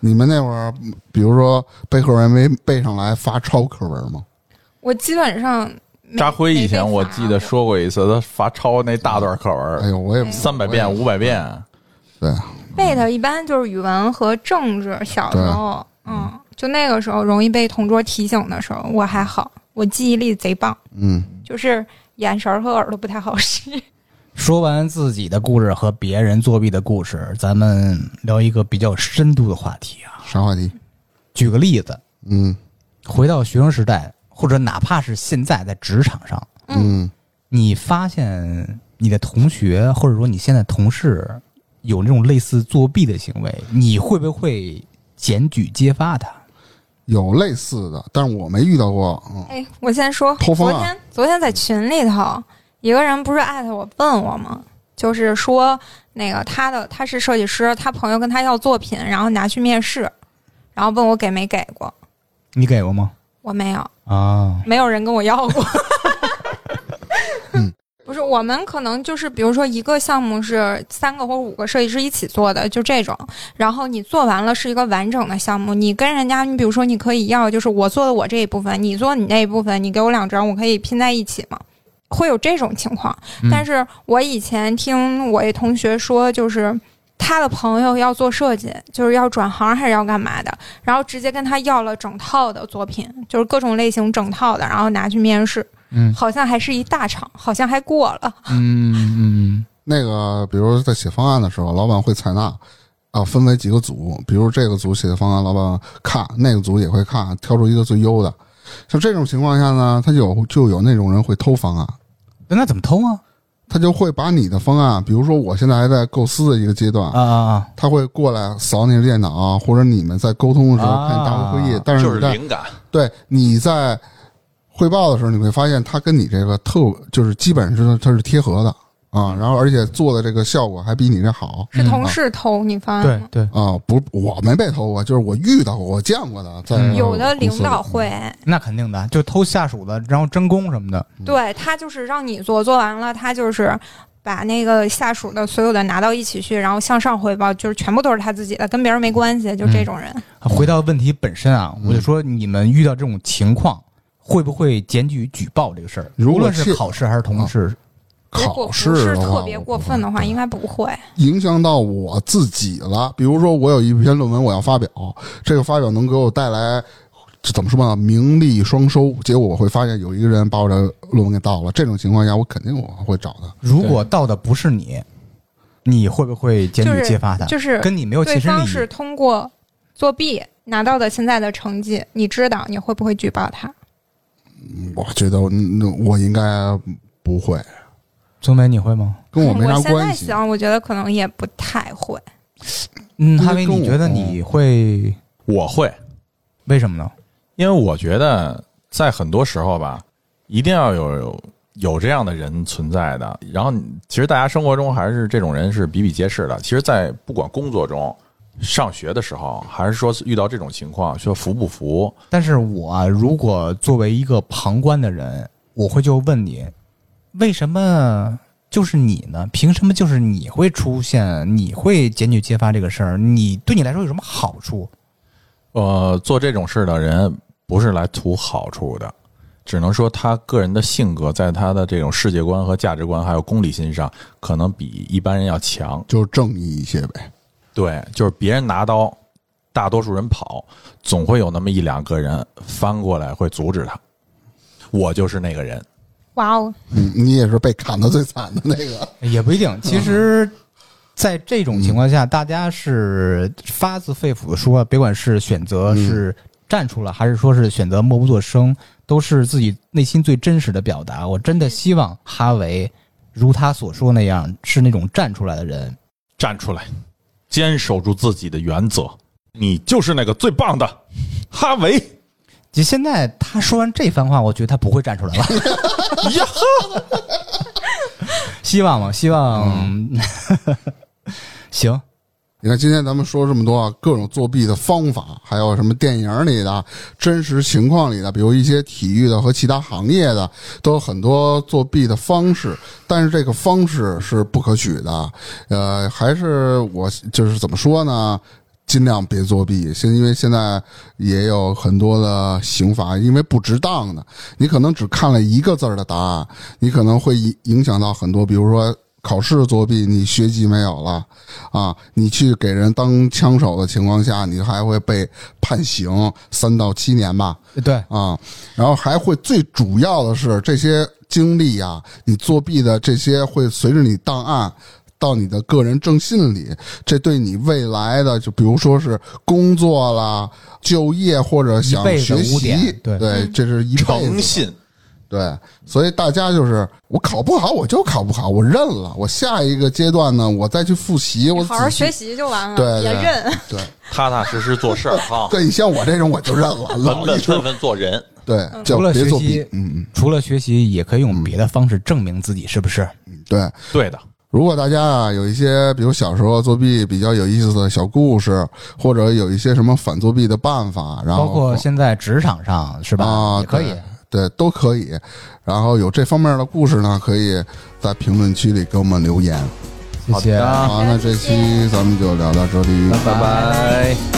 Speaker 2: 你们那会儿，比如说背课文没背上来，发抄课文吗？
Speaker 4: 我基本上没
Speaker 5: 扎辉以
Speaker 4: 没
Speaker 5: 前
Speaker 4: 被
Speaker 5: 我
Speaker 4: 罚
Speaker 5: 记得说过一次，他发抄那大段课
Speaker 2: 哎
Speaker 5: 文，
Speaker 2: 呦，
Speaker 4: 嗯
Speaker 2: 我也
Speaker 5: 三百遍、
Speaker 2: 我也
Speaker 5: 五百遍，
Speaker 2: 对，
Speaker 4: 背的一般就是语文和政治，小时候，嗯，就那个时候容易被同桌提醒的时候，我还好，我记忆力贼棒，
Speaker 2: 嗯，
Speaker 4: (laughs) 就是眼神儿和耳朵不太好使。
Speaker 1: 说完自己的故事和别人作弊的故事，咱们聊一个比较有深度的话题啊。
Speaker 2: 啥话题？
Speaker 1: 举个例子，
Speaker 2: 嗯
Speaker 1: 回到学生时代，或者哪怕是现在在职场上，
Speaker 2: 嗯
Speaker 1: 你发现你的同学或者说你现在同事有那种类似作弊的行为，你会不会检举揭发他？
Speaker 2: 有类似的，但是我没遇到过。嗯，
Speaker 4: 哎，我先说，
Speaker 2: 偷风啊
Speaker 4: 昨天昨天在群里头，一个人不是艾特我问我吗？就是说那个他的他是设计师，他朋友跟他要作品，然后拿去面试，然后问我给没给过，
Speaker 1: 你给过吗？
Speaker 4: 我没有，
Speaker 1: 啊，
Speaker 4: 没有人跟我要过。不是，我们可能就是，比如说一个项目是三个或五个设计师一起做的，就这种。然后你做完了是一个完整的项目，你跟人家，你比如说你可以要，就是我做的我这一部分，你做你那一部分，你给我两张，我可以拼在一起嘛？会有这种情况。但是我以前听我一同学说，就是他的朋友要做设计，就是要转行还是要干嘛的，然后直接跟他要了整套的作品，就是各种类型整套的，然后拿去面试，
Speaker 1: 嗯
Speaker 4: 好像还是一大厂，好像还过了。
Speaker 1: 嗯嗯
Speaker 2: 那个，比如在写方案的时候，老板会采纳。啊，分为几个组，比如这个组写的方案，老板看那个组也会看，挑出一个最优的。像这种情况下呢，他有就有那种人会偷方案，
Speaker 1: 那怎么偷啊？
Speaker 2: 他就会把你的方案，比如说我现在还在构思的一个阶段，
Speaker 1: 啊啊啊！
Speaker 2: 他会过来扫你的电脑，啊或者你们在沟通的时候
Speaker 1: 啊
Speaker 2: 看大会会议，但是
Speaker 5: 就
Speaker 2: 你
Speaker 5: 是
Speaker 2: 在
Speaker 5: 灵感。
Speaker 2: 嗯对你在汇报的时候，你会发现它跟你这个特就是基本上它是贴合的啊，然后而且做的这个效果还比你这好
Speaker 4: 是同事偷你方案
Speaker 1: 对
Speaker 4: 吗？
Speaker 1: 对，
Speaker 2: 啊。不，我没被偷过，就是我遇到过，我见过的，在
Speaker 1: 嗯
Speaker 4: 有的领导
Speaker 2: 公司
Speaker 4: 会，
Speaker 1: 那肯定的，就偷下属的，然后争功什么的。
Speaker 4: 对他就是让你做，做完了他就是。把那个下属的所有的拿到一起去，然后向上汇报，就是全部都是他自己的，跟别人没关系，就这种人。
Speaker 1: 回到问题本身啊，我就说你们遇到这种情况，会不会检举举报这个事儿？
Speaker 2: 如
Speaker 1: 无
Speaker 2: 果
Speaker 1: 论
Speaker 2: 是
Speaker 1: 是考试还是同事，
Speaker 4: 如果
Speaker 2: 考
Speaker 4: 不
Speaker 2: 试
Speaker 4: 是
Speaker 2: 的话
Speaker 4: 特别过分的话，
Speaker 2: 我
Speaker 4: 应该不会。
Speaker 2: 影响到我自己了。比如说，我有一篇论文我要发表，这个发表能给我带来。这怎么说呢？名利双收，结果我会发现有一个人把我的论文给盗了。这种情况下，我肯定我会找他。
Speaker 1: 如果到的不是你，你会不会检举揭发他？
Speaker 4: 就是
Speaker 1: 跟你没有
Speaker 4: 对
Speaker 1: 切身利
Speaker 4: 方
Speaker 1: 益
Speaker 4: 是。通过作弊拿到的现在的成绩，你知道你会不会举报他？
Speaker 2: 我觉得我嗯我应该不会，
Speaker 1: 宗梅，你会吗？
Speaker 2: 跟我没啥
Speaker 4: 现在
Speaker 2: 关系。
Speaker 4: 想，我觉得可能也不太会。
Speaker 1: 嗯，
Speaker 2: 那
Speaker 1: 哈维，
Speaker 2: 跟
Speaker 1: 你
Speaker 2: 我
Speaker 1: 觉得你会
Speaker 5: 我会，
Speaker 1: 为什么呢？
Speaker 5: 因为我觉得在很多时候吧，一定要有有这样的人存在的。然后你，其实大家生活中还是这种人是比比皆是的。其实，在不管工作中、上学的时候，还是说是遇到这种情况，说服不服，
Speaker 1: 但是我啊如果作为一个旁观的人，我会就问你，为什么就是你呢？凭什么就是你会出现？你会检举揭发这个事儿？你对你来说有什么好处？
Speaker 5: 呃，做这种事的人不是来图好处的，只能说他个人的性格，在他的这种世界观和价值观，还有公理心上，可能比一般人要强。
Speaker 2: 就是正义一些呗。
Speaker 5: 对，就是别人拿刀，大多数人跑，总会有那么一两个人翻过来会阻止他。我就是那个人，
Speaker 4: 哇哦，
Speaker 2: 嗯，你也是被砍的最惨的那个。
Speaker 1: 也不一定。其实，在这种情况下，大家是发自肺腑的说，别管是选择是站出来，还是说是选择默不作声，都是自己内心最真实的表达。我真的希望哈维如他所说那样，是那种站出来的人。
Speaker 5: 站出来，坚守住自己的原则。你就是那个最棒的哈维
Speaker 1: 就现在他说完这番话，我觉得他不会站出来了。
Speaker 5: 呀！
Speaker 1: (laughs) 希望吧，希望、 (laughs) 行，
Speaker 2: 你看，今天咱们说这么多啊，各种作弊的方法，还有什么电影里的、真实情况里的，比如一些体育的和其他行业的，都有很多作弊的方式。但是这个方式是不可取的，呃，还是我就是怎么说呢？尽量别作弊，现因为现在也有很多的刑罚，因为不值当的，你可能只看了一个字儿的答案，你可能会影影响到很多，比如说考试作弊，你学籍没有了。啊，你去给人当枪手的情况下，你还会被判刑三到七年吧？
Speaker 1: 对，
Speaker 2: 啊，然后还会最主要的是这些经历啊，你作弊的这些会随着你档案。到你的个人征信里，这对你未来的，就比如说是工作啦、就业或者想
Speaker 1: 一辈子
Speaker 2: 学
Speaker 1: 污点
Speaker 2: 习，
Speaker 1: 对
Speaker 2: 这是一辈子
Speaker 5: 诚信，
Speaker 2: 对，所以大家就是我考不好，我就考不好，我认了。我下一个阶段呢，我再去复习，我
Speaker 4: 好好
Speaker 2: 仔细
Speaker 4: 学习就完了，
Speaker 2: 对
Speaker 4: 也
Speaker 2: 对
Speaker 4: 认。
Speaker 2: 对
Speaker 5: 踏踏实实做事儿
Speaker 2: (laughs)
Speaker 5: 哈，
Speaker 2: 对，你像我这种我就认了，
Speaker 5: 本
Speaker 2: 老一
Speaker 5: 本
Speaker 2: 说
Speaker 5: 分分做人。
Speaker 2: 对，
Speaker 1: 嗯
Speaker 2: 就
Speaker 1: 除了
Speaker 2: 别
Speaker 1: 学
Speaker 2: 作弊嗯
Speaker 1: 习。，除了学习，也可以用别的方式证明自己是不是？
Speaker 5: 哦
Speaker 2: 对，
Speaker 5: 对的，
Speaker 2: 如果大家啊有一些，比如小时候作弊比较有意思的小故事，或者有一些什么反作弊的办法，然后
Speaker 1: 包
Speaker 5: 哦
Speaker 1: 括现在职场上是吧？
Speaker 2: 啊，
Speaker 1: 也可以
Speaker 2: 对。对，都可以。然后有这方面的故事呢，可以在评论区里给我们留言。
Speaker 1: 谢谢。
Speaker 5: 好的
Speaker 2: 好，那这期咱们就聊到这里，
Speaker 5: 拜拜。